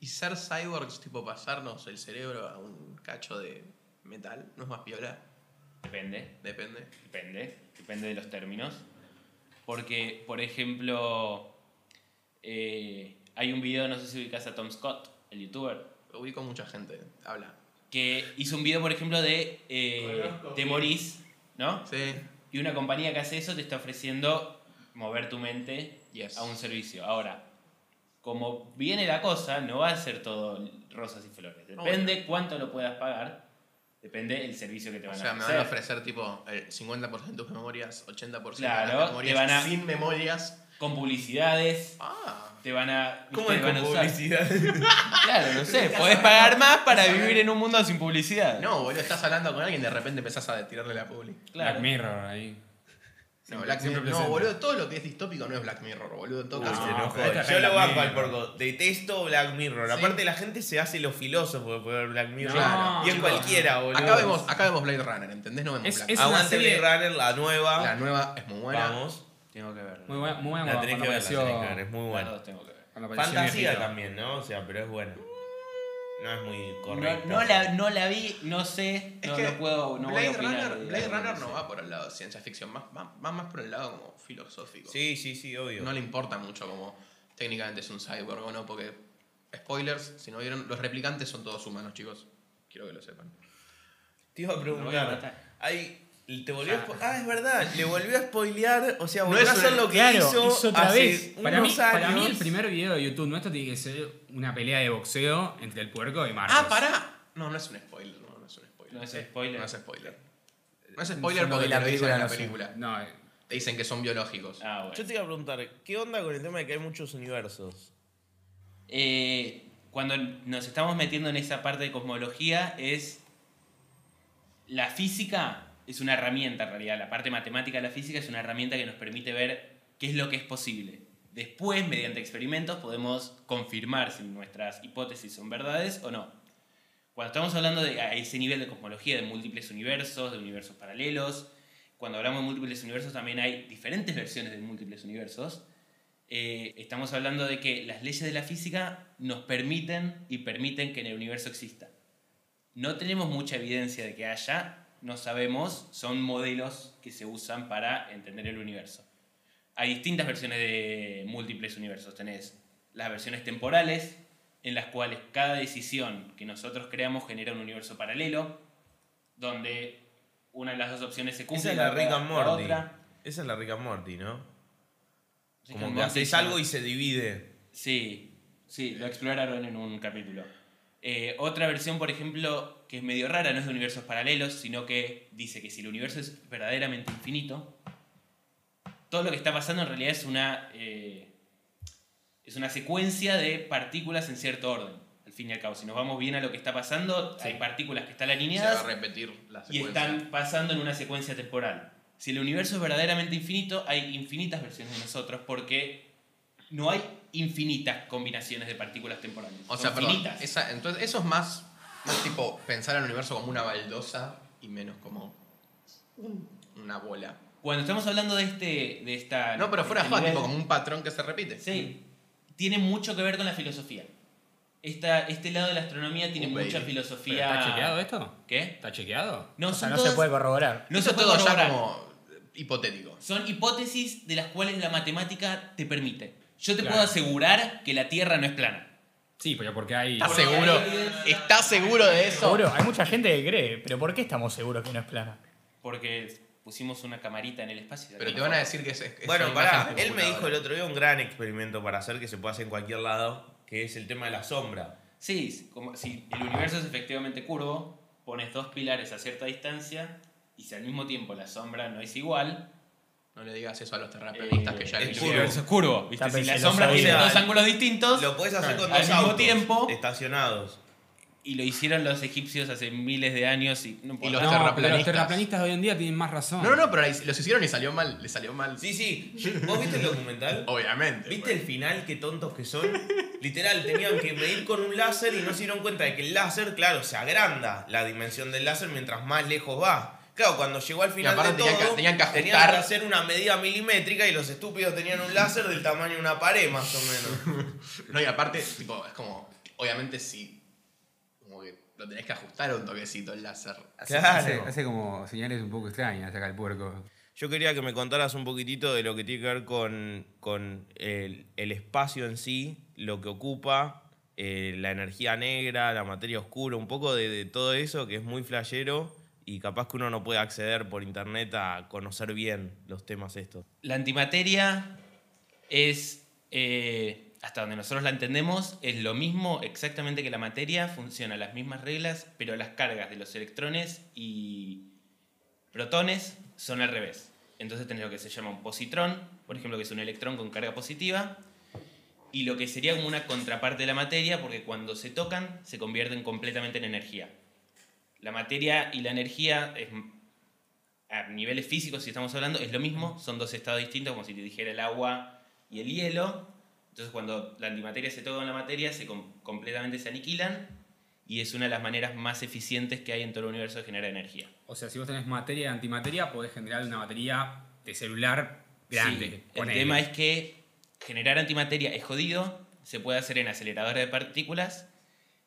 S4: Y ser cyborgs, tipo pasarnos el cerebro a un cacho de metal, ¿no es más piola?
S5: Depende,
S4: Depende.
S5: depende, depende de los términos. Porque, por ejemplo, eh, hay un video, no sé si ubicás a Tom Scott, el youtuber,
S4: Lo ubico mucha gente. Habla.
S5: que hizo un video, por ejemplo, de eh, te morís, ¿no?
S4: Sí.
S5: Y una compañía que hace eso te está ofreciendo mover tu mente
S4: Yes.
S5: a un servicio. Ahora, como viene la cosa, no va a ser todo rosas y
S4: Ah,
S5: flores. Depende cuánto lo puedas pagar, depende el servicio que te
S4: O
S5: van
S4: sea,
S5: a
S4: me
S5: ofrecer.
S4: van a ofrecer tipo el 50% de tus memorias, 80% de
S5: Claro,
S4: las
S5: te
S4: memorias,
S5: van a-
S4: sin memorias.
S5: Con publicidades,
S4: Ah.
S5: te van a...
S1: ¿Cómo
S5: te
S1: es
S5: van
S1: con
S5: a usar.
S1: publicidad?
S5: Claro, no sé. Podés pagar más para vivir en un mundo sin publicidad.
S4: No, boludo, estás hablando con alguien y de repente empezás a tirarle la publi.
S5: claro.
S2: Black Mirror ahí.
S4: No,
S2: Siempre-
S4: Black
S2: siempre
S4: Mirror. No,
S2: presente.
S4: boludo, todo lo que es distópico no es Black Mirror, boludo. En todo
S1: Uy,
S4: caso.
S1: se enojó.
S2: pero esta es
S1: Yo lo
S2: Black
S1: banco al
S2: Mirror.
S1: porco. Detesto Black Mirror.
S4: Sí.
S1: Aparte la gente se hace los filósofos por ver Black Mirror.
S4: Claro.
S1: y es
S2: Chicos,
S1: cualquiera, boludo.
S4: Acá vemos, acá vemos Blade Runner, ¿entendés? No vemos
S2: Es- es-
S4: Black Mirror.
S2: una
S1: Aguante
S2: serie-
S1: Blade Runner, la nueva.
S4: La nueva es muy buena.
S1: Vamos.
S5: Tengo que verlo.
S2: Muy buena, muy buena
S1: La
S2: cuando
S1: tenés que ver, la
S2: apareció-
S1: tenés que ver, es muy
S5: Las
S1: buena.
S5: dos tengo que ver.
S2: cuando apareció
S1: Fantasía
S2: Mirror.
S1: también, ¿no? O sea, pero es buena. No es muy
S5: No,
S1: correcta.
S5: no la, no la vi, no sé,
S4: Es
S5: no,
S4: que
S5: no puedo, no voy
S4: Blade
S5: a opinar.
S4: Runner,
S5: de-
S4: Blade Runner
S5: sé.
S4: no va por el lado de ciencia ficción, más- va, va más por el lado como filosófico.
S1: Sí, sí, sí, obvio.
S4: No le importa mucho como técnicamente es un cyborg o no, porque spoilers, si no vieron, los replicantes son todos humanos, chicos. Quiero que lo sepan.
S1: Te iba a
S5: voy a
S1: preguntar.
S5: matar.
S1: Ay, te volvió a spo- Ah, es verdad. Le volvió a spoilear. O sea, volvió
S4: es
S1: a hacer
S4: una-
S1: lo que
S3: claro,
S1: hizo,
S3: hizo otra
S1: hace
S3: vez.
S1: unos
S2: Para mí,
S1: años.
S2: para mí el primer video de YouTube nuestro tiene que ser una pelea de boxeo entre el puerco y Marcos.
S4: Ah, pará. No, no es un spoiler, no, no es un spoiler.
S5: No es spoiler.
S4: No es spoiler. No es spoiler
S3: no
S4: porque
S3: vi la
S4: te lo dicen en la
S3: película,
S4: película.
S2: No, eh,
S4: Te dicen que son biológicos.
S5: Ah, bueno.
S1: Yo te iba a preguntar, ¿qué onda con el tema de que hay muchos universos?
S5: Eh, cuando nos estamos metiendo en esa parte de cosmología es la física es una herramienta en realidad, la parte matemática de la física es una herramienta que nos permite ver qué es lo que es posible. Después, mediante experimentos, podemos confirmar si nuestras hipótesis son verdades o no. Cuando estamos hablando de a ese nivel de cosmología, de múltiples universos, de universos paralelos, cuando hablamos de múltiples universos también hay diferentes versiones de múltiples universos, eh, estamos hablando de que las leyes de la física nos permiten y permiten que en el universo exista. No tenemos mucha evidencia de que haya, no sabemos, son modelos que se usan para entender el universo. Hay distintas versiones de múltiples universos. Tenés las versiones temporales, en las cuales cada decisión que nosotros creamos genera un universo paralelo, donde una de las dos opciones se cumple.
S1: Esa es la Rick and Morty.
S5: otra.
S1: Esa es la Rick and Morty, ¿no?
S5: Rick
S1: Como
S5: and
S1: que
S5: Morty
S1: haces
S5: es
S1: algo
S5: una-
S1: y se divide.
S5: Sí, sí, lo exploraron en un capítulo. Eh, otra versión, por ejemplo, que es medio rara, no es de universos paralelos, sino que dice que si el universo es verdaderamente infinito, todo lo que está pasando en realidad es una, eh, es una secuencia de partículas en cierto orden, al fin y al cabo. Si nos vamos bien a lo que está pasando, hay partículas que están
S4: Se va a
S5: alineadas
S4: repetir la
S5: y
S4: secuencia.
S5: están pasando en una secuencia temporal. Si el universo es verdaderamente infinito, hay infinitas versiones de nosotros porque no hay infinitas combinaciones de partículas temporales.
S4: O
S5: Son
S4: sea, perdón.
S5: finitas.
S4: esa- entonces, eso es más, más tipo pensar al universo como una baldosa y menos como un- una bola.
S5: Cuando estamos hablando de este de esta
S4: No, pero fuera
S5: de
S4: joda,
S5: nivel-
S4: tipo como un patrón que se repite.
S5: Sí. Tiene mucho que ver con la filosofía. Esta, este lado de la astronomía tiene
S4: Un
S5: mucha
S4: baby.
S5: filosofía.
S2: ¿Está chequeado esto?
S5: ¿Qué?
S2: ¿Está chequeado?
S5: No,
S3: ¿eh? O sea,
S5: son
S3: no se
S5: todas-
S3: puede corroborar.
S5: no se
S4: Eso
S5: puede
S4: todo ya
S5: corroborar.
S4: como hipotético.
S5: Son hipótesis de las cuales la matemática te permite. Yo te
S2: Claro.
S5: puedo asegurar que la Tierra no es plana.
S2: Sí, pero porque hay.
S4: ¿Estás seguro? ¿Estás seguro de eso?
S3: Seguro, hay mucha gente que cree, pero ¿por qué estamos seguros que no es plana?
S5: Porque pusimos una camarita en el espacio.
S4: Pero te van a decir que es. es- es
S1: Bueno,
S4: una
S1: pará,
S4: imagen de
S1: él me dijo el
S4: computadora.
S1: otro día un gran experimento para hacer que se puede hacer en cualquier lado, que es el tema de la sombra.
S5: Sí, es como si el universo es efectivamente curvo, pones dos pilares a cierta distancia y si al mismo tiempo la sombra no es igual. eh,
S4: No le digas eso a los terraplanistas Ah, que ya lo
S5: el
S1: curvo.
S4: hicieron.
S5: universo es curvo. ¿viste?
S3: Ya
S5: Si
S3: pensé,
S5: la
S3: lo
S5: sombra
S3: sabía.
S5: tiene dos
S1: Claro.
S5: ángulos distintos
S1: Lo podés hacer con
S5: Al
S1: dos
S5: mismo
S1: autos
S5: tiempo-
S1: estacionados.
S5: y lo hicieron los egipcios hace miles de años y no importa.
S4: los
S2: No,
S4: terraplanistas.
S2: pero los terraplanistas hoy en día tienen más razón.
S4: No, no, no, pero la- los hicieron y salió mal. Le salió mal.
S1: Sí, sí. Yo- ¿Vos viste el documental?
S4: Obviamente.
S1: ¿Viste
S4: bueno.
S1: el final? Qué tontos que son. Literal, tenían que medir con un láser y no se dieron cuenta de que el láser, claro, se agranda la dimensión del láser mientras más lejos va. Claro, cuando llegó al final
S4: aparte
S1: de
S4: tenían
S1: todo,
S4: que- tenían que ajustar.
S1: hacer una medida milimétrica y los estúpidos tenían un láser del tamaño de una pared, más o menos.
S4: pues. No, y aparte, tipo, es como, obviamente sí, como que lo tenés que ajustar un toquecito el láser.
S6: Hace,
S1: Claro.
S6: hace- hace como señales un poco extrañas acá el puerco.
S1: Yo quería que me contaras un poquitito de lo que tiene que ver con, con el, el espacio en sí, lo que ocupa, eh, la energía negra, la materia oscura, un poco de, de todo eso que es muy flashero y capaz que uno no puede acceder por internet a conocer bien los temas estos.
S5: La antimateria es, eh, hasta donde nosotros la entendemos, es lo mismo exactamente que la materia, funciona las mismas reglas, pero las cargas de los electrones y protones son al revés. Entonces tenés lo que se llama un positrón, por ejemplo, que es un electrón con carga positiva, y lo que sería como una contraparte de la materia, porque cuando se tocan se convierten completamente en energía. La materia y la energía es a niveles físicos, si estamos hablando, es lo mismo, son dos estados distintos, como si te dijera el agua y el hielo. Entonces, cuando la antimateria se toca con la materia, se com- completamente se aniquilan y es una de las maneras más eficientes que hay en todo el universo de generar energía.
S2: O sea, si vos tenés materia y antimateria, podés generar una batería de celular
S5: Sí,
S2: grande.
S5: el tema es que generar antimateria es jodido, se puede hacer en aceleradores de partículas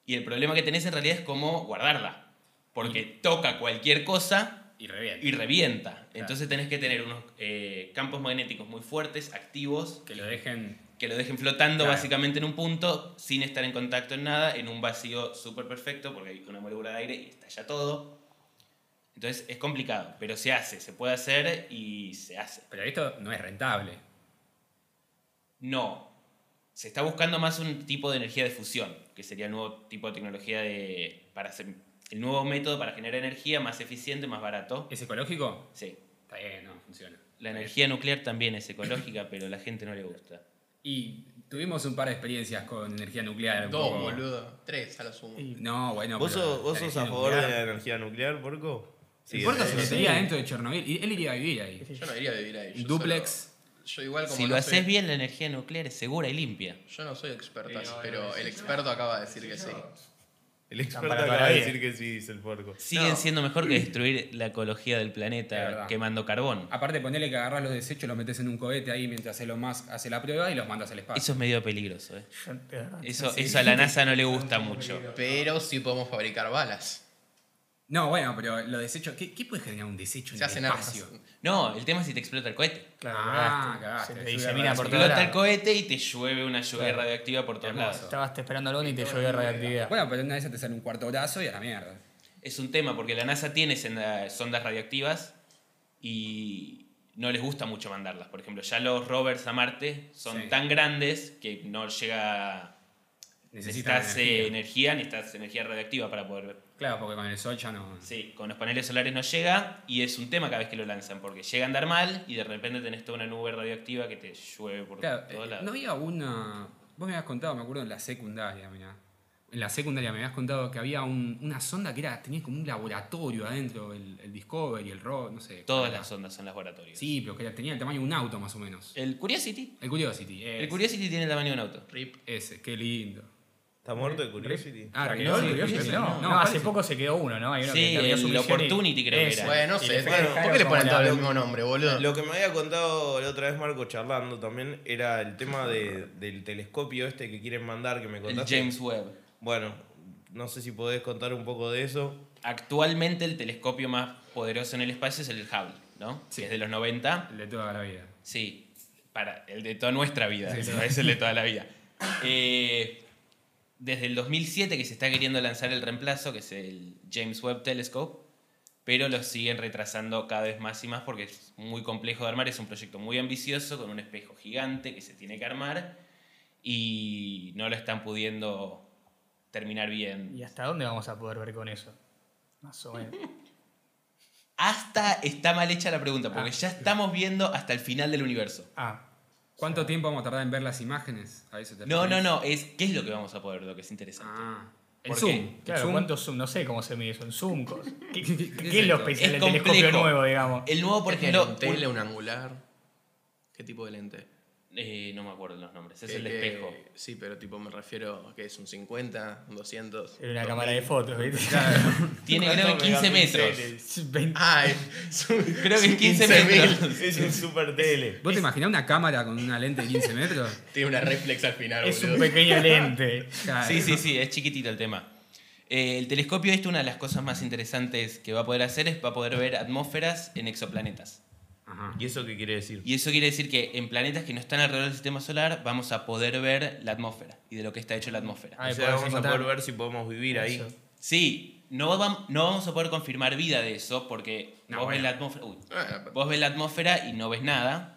S5: y el problema que tenés en realidad es cómo guardarla, porque toca cualquier cosa
S2: Y revienta.
S5: y revienta. Entonces tenés que tener unos eh, campos magnéticos muy fuertes, activos,
S2: Que lo dejen.
S5: que lo dejen flotando
S2: Claro.
S5: básicamente en un punto, sin estar en contacto en nada, en un vacío súper perfecto, porque hay una molécula de aire y estalla todo. Entonces es complicado, pero se hace, se puede hacer y se hace.
S2: Pero esto no es rentable.
S5: No, se está buscando más un tipo de energía de fusión, que sería el nuevo tipo de tecnología de, para hacer, el nuevo método para generar energía más eficiente, más barato.
S2: ¿Es ecológico?
S5: Sí.
S2: Está bien, no, funciona.
S5: La energía nuclear también es ecológica, pero a la gente no le gusta.
S2: Y tuvimos un par de experiencias con energía nuclear. un
S4: Dos,
S2: poco-
S4: boludo. Tres a lo sumo.
S2: No, bueno.
S1: ¿Vos,
S2: pero
S1: sos, vos
S2: la
S1: sos
S2: energía
S1: a favor de
S2: nuclear-
S1: la energía nuclear, Porco?
S2: El puerco se
S1: de-
S2: metería dentro de Chernobyl. Y él iría a vivir ahí.
S4: Yo no iría a vivir ahí. yo
S2: Duplex.
S4: solo- yo igual como
S5: Si
S4: no
S5: lo
S4: soy-
S5: haces bien, la energía nuclear es segura y limpia.
S4: Yo no soy experto,
S6: no, no,
S4: pero
S6: no,
S4: el
S6: sí,
S4: experto acaba de decir que sí.
S1: El experto
S3: Lámpara
S1: acaba
S3: para
S1: de
S3: bien.
S1: decir que sí, dice el Porco.
S5: Siguen siendo mejor que destruir la ecología del
S2: Es
S5: planeta
S2: verdad. Ah,
S5: quemando carbón.
S2: Aparte, ponele que agarras los desechos, los metes en un cohete ahí mientras Elon Musk hace la prueba y los mandas al espacio.
S5: Eso es medio peligroso. ¿eh?
S3: Yo, de
S2: Ah,
S3: verdad,
S5: Eso, eso a la NASA no le gusta mucho.
S4: Pero sí podemos fabricar balas.
S2: No, bueno, pero los desechos. ¿Qué, qué puede generar un desecho
S4: Se
S2: en
S4: hacen
S2: el espacio?
S4: armas.
S5: No, el tema es si te explota el cohete.
S3: claro,
S2: Ah, cagaste.
S3: cagaste. Se
S2: Es una
S3: te disemina por todos
S5: Explota el
S3: lados.
S5: cohete y te llueve una lluvia
S3: Claro.
S5: radioactiva por todos
S2: Hermoso.
S5: lados.
S3: Estabas esperando algo y te llovió radioactividad.
S2: Bueno, pero una vez te sale un cuarto brazo y a la mierda.
S5: Es un tema porque la NASA tiene senda- sondas radioactivas y no les gusta mucho mandarlas. Por ejemplo, ya los rovers a Marte son
S2: Sí.
S5: tan grandes que no llega...
S2: Necesitas
S5: necesitas eh, energía. necesitas energía radioactiva para poder ver.
S2: Claro, porque con el sol ya no.
S5: Sí, con los paneles solares no llega y es un tema cada vez que lo lanzan, porque llega a andar mal y de repente tenés toda una nube radioactiva que te llueve por
S2: Claro,
S5: todos
S2: eh,
S5: lados.
S2: no había una. Vos me habías contado, me acuerdo, en la secundaria, mirá. En la secundaria me habías contado que había un- una sonda que era, tenía como un laboratorio adentro, el, el Discovery, el Rover, no sé.
S5: Todas
S2: Era-
S5: las ondas son laboratorios.
S2: Sí, pero que era- tenía el tamaño de un auto más o menos.
S5: El Curiosity.
S2: El Curiosity.
S5: El Curiosity tiene el tamaño de un auto.
S4: Rip.
S2: Ese, qué lindo.
S1: ¿Está muerto de Curiosity?
S2: Ah,
S3: Pero
S2: ¿Curiosity?
S3: no,
S2: Curiosity,
S3: no,
S2: no,
S3: no, hace
S2: parece-
S3: poco se quedó uno, ¿no? Hay uno
S5: Sí,
S3: que terminó su misión
S5: el
S3: y-
S5: Opportunity creo que
S3: Ese.
S5: era.
S4: Bueno, no
S3: Y
S4: sé.
S3: le
S4: ¿Por
S3: fue
S4: qué-
S3: dejar
S4: por qué le
S3: como
S4: ponen
S3: la-
S4: todo el mismo nombre, boludo?
S1: Lo que me había contado la otra vez Marco charlando también era el tema de- del telescopio este que quieren mandar, que me
S5: El
S1: contaste.
S5: James Webb.
S1: Bueno, no sé si podés contar un poco de eso.
S5: Actualmente el telescopio más poderoso en el espacio es el Hubble, ¿no?
S2: Sí.
S5: Que es de los 90.
S2: El de toda la vida.
S5: Sí, para el de toda nuestra vida, es el de toda la vida. Eh, desde el 2007 que se está queriendo lanzar el reemplazo, que es el James Webb Telescope, pero lo siguen retrasando cada vez más y más porque es muy complejo de armar, es un proyecto muy ambicioso con un espejo gigante que se tiene que armar y no lo están pudiendo terminar bien.
S3: ¿Y hasta dónde vamos a poder ver con eso? Más o menos.
S5: Hasta está mal hecha la pregunta, porque
S3: Ah.
S5: ya estamos viendo hasta el final del universo.
S3: Ah,
S2: ¿Cuánto tiempo vamos a tardar en ver las imágenes? A eso te
S5: No, no,
S2: referís?
S5: no, es qué es lo que vamos a poder ver, lo que es interesante.
S2: Ah, el
S5: ¿Por
S2: Zoom.
S5: qué?
S2: el
S3: claro,
S2: Zoom.
S3: ¿cuánto zoom? No sé cómo se mide eso, en zoom. cos- ¿Qué, qué- qué-
S2: ¿Qué
S3: qué
S2: es
S3: es lo
S2: esto?
S3: especial del
S5: Es
S3: telescopio
S5: complejo.
S3: nuevo, digamos?
S5: El nuevo, por
S4: ¿Por qué
S5: ejemplo,
S4: un tele,
S5: un-
S4: un angular? ¿Qué tipo de lente?
S5: Eh, no me acuerdo los nombres. Es
S4: Que-
S5: el
S4: que-
S5: espejo.
S4: Sí, pero tipo me refiero a que es un 50, un 200.
S3: Era una
S4: 2000.
S3: cámara de fotos, ¿viste?
S5: Tiene creo que 15 metros.
S4: Ah, creo
S5: que es 15 metros.
S1: Es un super tele.
S2: ¿Vos te imaginás una cámara con una lente de 15 metros?
S4: Tiene una reflex al final,
S3: Es un
S4: boludo.
S3: pequeño lente.
S2: Claro.
S5: Sí, sí, sí, es chiquitito el tema. Eh, el telescopio, esto, una de las cosas más interesantes que va a poder hacer es va a poder ver atmósferas en exoplanetas.
S2: Ajá.
S1: ¿Y eso qué quiere decir?
S5: Y eso quiere decir que en planetas que no están alrededor del sistema solar vamos a poder ver la atmósfera y de lo que está hecho la atmósfera.
S3: Ah,
S1: o
S3: y
S1: sea,
S3: podemos
S1: vamos a
S3: encontrar-
S1: poder ver si podemos vivir ahí.
S3: Eso.
S5: Sí, no, vam- no vamos a poder confirmar vida de eso porque
S2: No,
S5: vos, ves
S2: bueno. Eh,
S5: la atmósfera, uy,
S4: Ah,
S5: vos ves la atmósfera y no ves nada.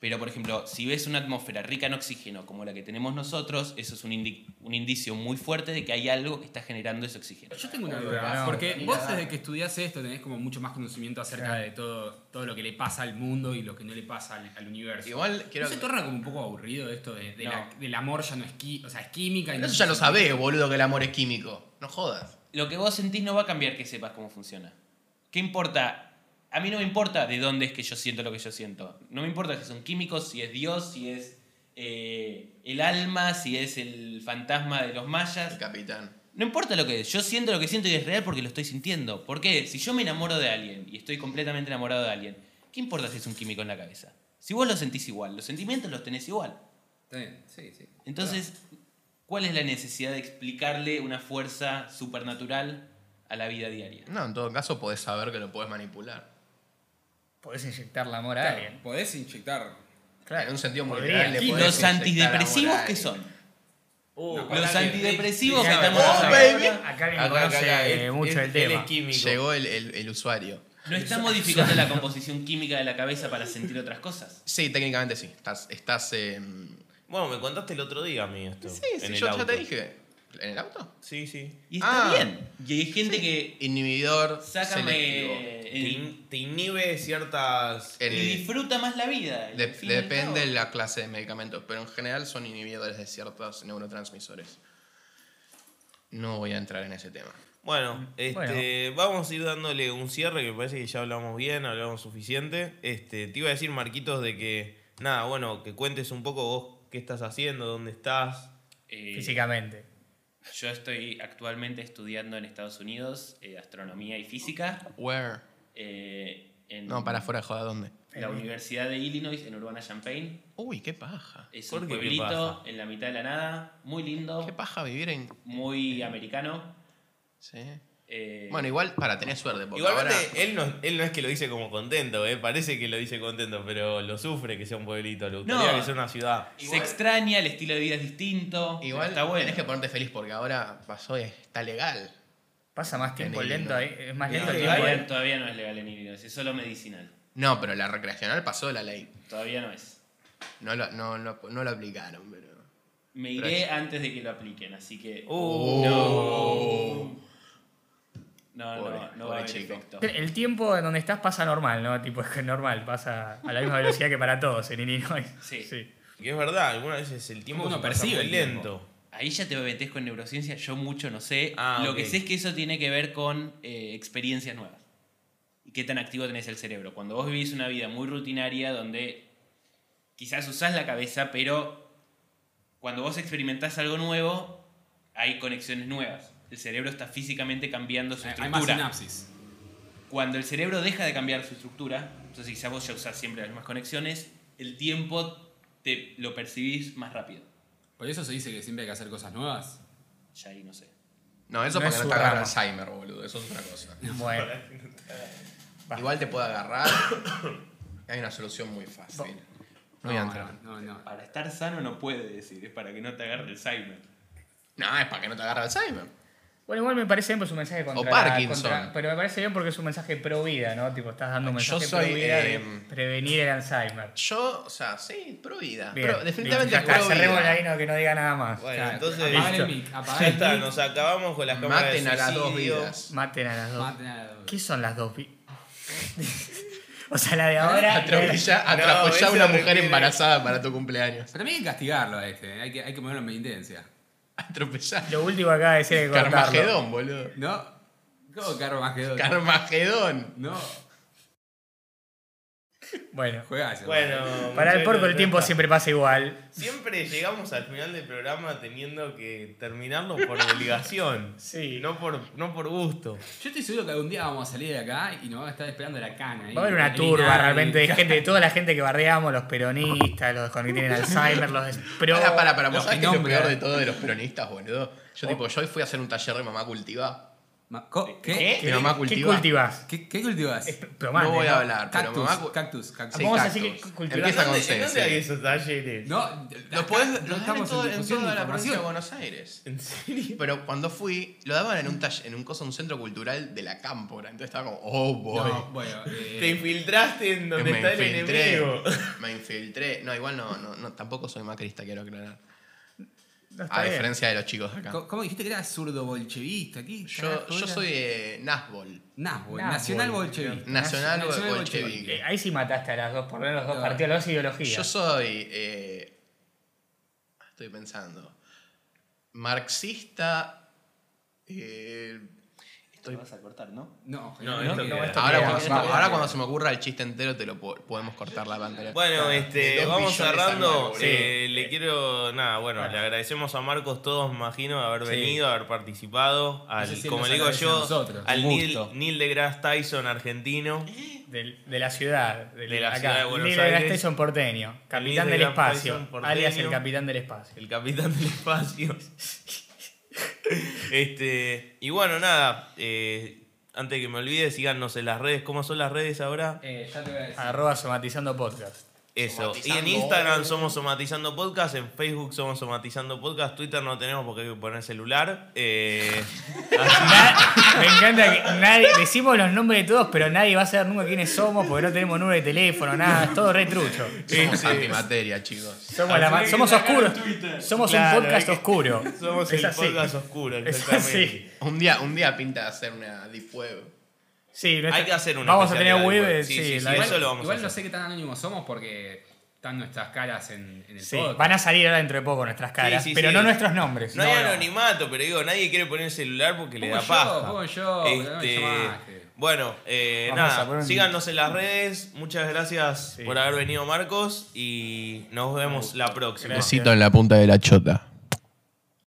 S5: Pero, por ejemplo, si ves una atmósfera rica en oxígeno como la que tenemos nosotros, eso es un, indi- un indicio muy fuerte de que hay algo que está generando ese oxígeno.
S2: Yo tengo una
S3: Obvio,
S2: duda,
S3: no.
S2: porque
S3: Ni
S2: vos
S3: nada.
S2: desde que estudiás esto tenés como mucho más conocimiento acerca
S3: Claro.
S2: de todo, todo lo que le pasa al mundo y lo que no le pasa al, al universo.
S4: Igual,
S2: ¿No
S4: quiero.
S2: se torna como un poco aburrido esto de, de
S5: No.
S2: la- del amor ya no es, qui- o sea, es química? y
S4: Pero
S2: no
S4: eso
S2: se
S4: ya lo
S2: siente?
S4: sabés, boludo, que el amor es químico. No jodas.
S5: Lo que vos sentís no va a cambiar que sepas cómo funciona. ¿Qué importa? A mí no me importa de dónde es que yo siento lo que yo siento. No me importa si son químicos, si es Dios, si es eh, el alma, si es el fantasma de los mayas.
S4: El capitán.
S5: No importa lo que es, yo siento lo que siento y es real porque lo estoy sintiendo. ¿Por qué? Si yo me enamoro de alguien y estoy completamente enamorado de alguien, ¿qué importa si es un químico en la cabeza? Si vos lo sentís igual, los sentimientos los tenés igual.
S2: Está bien, Sí, sí.
S5: Entonces, ¿cuál es la necesidad de explicarle una fuerza supernatural a la vida diaria?
S4: No, en todo caso podés saber que lo podés manipular.
S3: Podés inyectar la amor a
S2: Claro,
S3: alguien.
S2: podés inyectar.
S4: En un sentido muy
S3: Podría.
S4: real. le
S5: Y
S4: podés
S5: los
S4: inyectar
S5: antidepresivos
S4: amor a
S5: que
S4: alguien.
S5: son.
S1: Uh,
S2: No,
S5: Los
S2: Acá que-
S5: antidepresivos que
S3: Acá-
S5: estamos
S4: Oh,
S5: usando.
S3: Acá
S4: baby.
S3: alguien
S1: Acá, acá,
S3: conoce
S1: acá, él-
S3: mucho
S1: él-
S3: el
S1: Él
S3: tema.
S1: es químico.
S4: Llegó el, el- el usuario.
S5: No está modificando la composición química de la cabeza para sentir otras cosas.
S4: Sí, técnicamente sí. Estás. estás em,
S1: Bueno, me contaste el otro día a mí esto.
S4: Sí,
S1: en
S4: sí,
S1: el
S4: yo ya
S1: auto.
S4: te dije. ¿En el auto?
S1: Sí, sí.
S5: Y está
S4: Ah.
S5: bien. Y hay gente que
S4: Inhibidor. selectivo.
S5: sácame
S1: Te,
S5: el
S1: in- te inhibe ciertas.
S4: En-
S5: y disfruta más la vida.
S4: de-
S5: al fin y al
S4: depende de
S5: cabo.
S4: la clase de medicamentos, pero en general son inhibidores de ciertos neurotransmisores. No voy a entrar en ese tema.
S1: Bueno, este, vamos a ir dándole un cierre que me parece que ya hablamos bien, hablamos suficiente. Este, te iba a decir, Marquitos, de que, nada, bueno, que cuentes un poco vos qué estás haciendo, dónde estás.
S5: Eh,
S3: Físicamente.
S5: yo estoy actualmente estudiando en Estados Unidos eh, astronomía y física.
S4: Where?
S5: eh, en
S4: No, para afuera, joda, ¿dónde?
S1: Eh.
S5: la Universidad de Illinois en Urbana-Champaign.
S4: Uy, qué paja.
S5: Es
S1: ¿Por
S5: un
S1: qué? ¿Qué
S5: pueblito
S1: pasa?
S5: en la mitad de la nada, muy lindo,
S4: Qué paja vivir en.
S5: muy
S1: Eh.
S5: americano.
S4: Sí.
S5: eh,
S4: Bueno, igual, para tener suerte, porque
S1: Igualmente,
S4: ahora.
S1: él, no, él no es que lo dice como contento, eh, parece que lo dice contento, pero lo sufre que sea un pueblito, le gustaría
S5: No.
S1: que sea una ciudad.
S5: se
S4: igual-
S5: extraña, el estilo de vida es distinto. pero
S4: Igual
S5: está bueno.
S4: tenés que ponerte feliz porque ahora pasó y está legal.
S3: Pasa más tiempo
S4: Qué lindo.
S3: lento ahí. Es más
S5: No,
S3: lento el
S1: legal.
S3: tiempo
S5: todavía,
S3: lento.
S5: todavía no es legal en Illinois, es solo medicinal.
S4: No, pero la recreacional pasó la ley.
S5: Todavía no es.
S4: No lo, no, no, no lo aplicaron, pero.
S5: Me
S4: Pero
S5: iré antes de que lo apliquen, así que. uh.
S1: Uh,
S5: No,
S4: Pobre-
S5: no, no va
S4: pobre
S5: a haber
S4: chico.
S5: efecto.
S3: El tiempo en donde estás pasa normal, ¿no? Tipo, es normal, pasa a la misma velocidad que para todos en Illinois.
S5: Sí.
S1: que es verdad, algunas veces el tiempo
S2: Uno
S1: se pasa
S2: percibe
S1: muy
S2: el
S1: lento.
S2: tiempo.
S5: Ahí ya te metes con neurociencia, yo mucho no sé.
S1: Ah,
S5: lo
S1: ok.
S5: que sé es que eso tiene que ver con eh, experiencias nuevas. Y qué tan activo tenés el cerebro. Cuando vos vivís una vida muy rutinaria donde quizás usás la cabeza, pero cuando vos experimentás algo nuevo, hay conexiones nuevas. El cerebro está físicamente cambiando su
S2: Hay- Hay más
S5: estructura.
S2: sinapsis.
S5: Cuando el cerebro deja de cambiar su estructura, entonces quizás vos ya usás siempre las mismas conexiones, el tiempo te lo percibís más rápido.
S2: Por eso se dice que siempre hay que hacer cosas nuevas.
S5: Ya ahí no sé.
S4: No, eso
S3: No
S4: porque
S3: es
S4: no
S3: su
S4: te agarra
S3: rama.
S4: Alzheimer, boludo. Eso es otra cosa.
S3: Bueno, Va.
S4: Igual te puede agarrar. Hay una solución muy fácil. No voy a entrar.
S2: No, no. no.
S5: Para estar sano no puede decir, es para que no te agarre Alzheimer.
S4: No, es para que no te agarre Alzheimer.
S3: bueno igual me parece bien pues un mensaje contra...
S4: O Parkinson.
S3: contra- pero me parece bien porque es un mensaje pro vida, ¿no? Tipo, estás dando un
S4: Yo
S3: mensaje
S4: soy,
S3: pro vida de
S4: em,
S3: prevenir el Alzheimer.
S4: Yo, o sea, sí, pro vida.
S3: Bien,
S4: Pro- definitivamente
S3: ya está,
S4: pro
S3: cerremos
S4: vida.
S3: ahí, no, que no diga nada más.
S1: Bueno,
S3: Claro.
S1: entonces.
S2: Apagar el
S3: listo.
S2: mic, apagar
S1: Ya
S2: el
S1: está,
S2: mic,
S1: nos acabamos con las cámaras
S4: Maten
S1: de
S4: a las dos
S1: suicidio.
S4: vidas.
S3: Maten a las dos.
S2: maten a la-
S3: ¿Qué son las dos? vi- o sea, la de ahora... y la de-
S4: Atropella,
S1: No,
S4: atropella
S1: eso
S4: a una mujer
S1: requiere-
S4: embarazada para tu cumpleaños.
S2: Pero también hay que castigarlo a este, hay que, hay que ponerlo en penitencia.
S4: Atropellar.
S3: Lo último acá de decir que cortarlo.
S4: Carmagedón, boludo.
S2: ¿No? ¿Cómo Carmagedón?
S4: Carmagedón.
S2: no.
S3: Bueno,
S6: Juegazo.
S1: Bueno.
S3: para el
S1: muchachos,
S3: porco el
S1: ya
S3: tiempo
S1: está.
S3: siempre pasa igual.
S1: Siempre llegamos al final del programa teniendo que terminarlo por obligación.
S3: Sí.
S1: No por, no por gusto.
S2: Yo estoy seguro que algún día vamos a salir de acá y nos va a estar esperando la cana. ahí,
S3: Va a haber
S2: el
S3: una turba
S2: Inadi.
S3: realmente de gente, de toda la gente que bardeamos, los peronistas, los que tienen Alzheimer, los eh. pro.
S4: Para, para, para.
S2: Los
S4: ¿Vos sabés
S2: que
S4: que es lo
S2: nombran.
S4: peor de todo de los peronistas, boludo? Yo, tipo, yo hoy fui a hacer un taller de mamá cultiva.
S2: Ma- co-
S3: ¿Qué?
S2: ¿Qué?
S4: Mi mamá
S3: ¿Qué
S4: cultiva.
S3: cultivas?
S2: ¿Qué, qué cultivas?
S3: Es- pero
S4: No
S3: mande,
S4: voy
S3: ¿no?
S4: a hablar, pero
S2: Cactus,
S4: mamá. cu-
S2: cactus, cactus.
S4: Sí,
S3: Vamos a
S4: cactus.
S3: decir que cultivar-
S4: Empieza
S1: ¿En
S4: con
S1: dónde- ¿En
S4: C.
S1: dónde hay
S4: sí.
S1: esos talleres?
S2: No,
S4: Lo puedes
S2: no estamos en
S4: en
S2: difusión de
S4: toda la provincia de
S2: información.
S4: Buenos Aires.
S1: ¿En serio?
S4: Pero cuando fui, lo daban en un taller, en un coso, un centro cultural de la cámpora. Entonces estaba como, oh boy.
S2: No, bueno, eh,
S1: Te infiltraste en donde
S4: me
S1: está el
S4: infiltré,
S1: enemigo.
S4: Me infiltré. No, igual no, no, no, tampoco soy macrista, quiero aclarar.
S3: No está
S4: A
S3: bien.
S4: diferencia de los chicos de acá.
S2: co- ¿Cómo dijiste que eras zurdo bolchevista? ¿Qué
S4: Yo,
S2: carajo
S4: yo
S2: era?
S4: soy de Nazbol.
S2: Nazbol,
S3: Nazbol.
S2: nacional bolchevique.
S4: Nacional
S2: Nacional
S4: bolchevique.
S3: Eh, Ahí sí mataste a las dos, por lo menos los dos
S2: No.
S3: partidos, las dos ideologías.
S4: Yo soy. eh, estoy pensando. Marxista. eh,
S5: Esto vas a cortar, ¿no?
S2: No,
S1: No,
S2: no,
S1: esto
S2: que-
S1: no,
S2: que-
S1: esto
S4: ahora,
S3: bien,
S4: cuando,
S3: está
S4: se me-
S3: bien.
S4: ahora cuando se me ocurra el chiste entero, te lo po- podemos cortar la pantalla.
S1: Bueno,
S4: De
S1: este,
S4: dos
S1: vamos
S4: billones
S1: cerrando.
S4: anuales,
S1: Eh, le quiero, nada, bueno, le agradecemos a Marcos todos, imagino, de haber venido, haber participado. Al,
S2: sé si
S1: como
S2: nos
S1: le digo
S2: agradece a
S1: yo,
S2: nosotros.
S1: al
S5: Un
S1: Neil,
S5: gusto.
S1: Neil deGrasse Tyson argentino.
S3: Del- de la ciudad. del-
S1: De la
S3: acá.
S1: ciudad de Buenos
S3: Neil deGrasse
S1: Aires.
S3: Tyson porteño. Capitán
S1: Neil
S3: del
S1: deGrasse
S3: espacio.
S1: Tyson porteño.
S3: Alias el capitán del espacio.
S1: El capitán del espacio. este, y bueno, nada, eh, antes que me olvide, síganos en las redes. ¿Cómo son las redes ahora?
S2: Eh, ya te voy a decir.
S3: Arroba somatizando podcast.
S1: Eso. Y en
S4: Somatizando.
S1: Instagram somos Somatizando Podcast, en Facebook somos Somatizando Podcast, Twitter no tenemos porque hay que poner celular. Eh,
S3: Na- me encanta que nadie. Decimos los nombres de todos, pero nadie va a saber nunca quiénes somos porque no tenemos número de teléfono, nada. es Todo re trucho.
S4: Somos antimateria, chicos.
S3: Somos, la ma-
S1: Así que
S3: somos
S1: sacaron
S3: oscuros.
S1: Twitter.
S3: Somos
S1: Claro,
S3: un podcast
S1: hay que-
S3: oscuro.
S1: somos
S3: Es
S1: el
S3: así.
S1: podcast oscuro,
S3: Es
S1: exactamente.
S3: así.
S4: Un día, un día pinta hacer una deep web.
S3: Sí, nuestra-
S1: Hay que hacer una
S3: Vamos a tener
S1: especialidad de web.
S3: web.
S1: Sí,
S3: Sí,
S1: sí, sí,
S3: la-
S1: eso lo vamos a
S2: Igual no
S1: hacer.
S2: sé qué tan anónimos somos porque están nuestras caras en, en el
S3: sí,
S2: podcast.
S3: van a salir ahora dentro de poco nuestras caras,
S1: Sí, sí,
S3: pero
S1: sí.
S3: no nuestros nombres.
S1: No hay anonimato, pero digo, nadie quiere poner el celular porque le da
S2: Pongo yo,
S1: paja.
S2: pongo yo, no me
S1: Este,
S2: llamaste.
S1: bueno, eh,
S3: Vamos a poner
S1: nada,
S3: un-
S1: síganos en las redes. Muchas gracias
S3: Sí.
S1: por haber venido, Marcos, y nos vemos la próxima.
S3: Gracias.
S4: en la punta de la chota.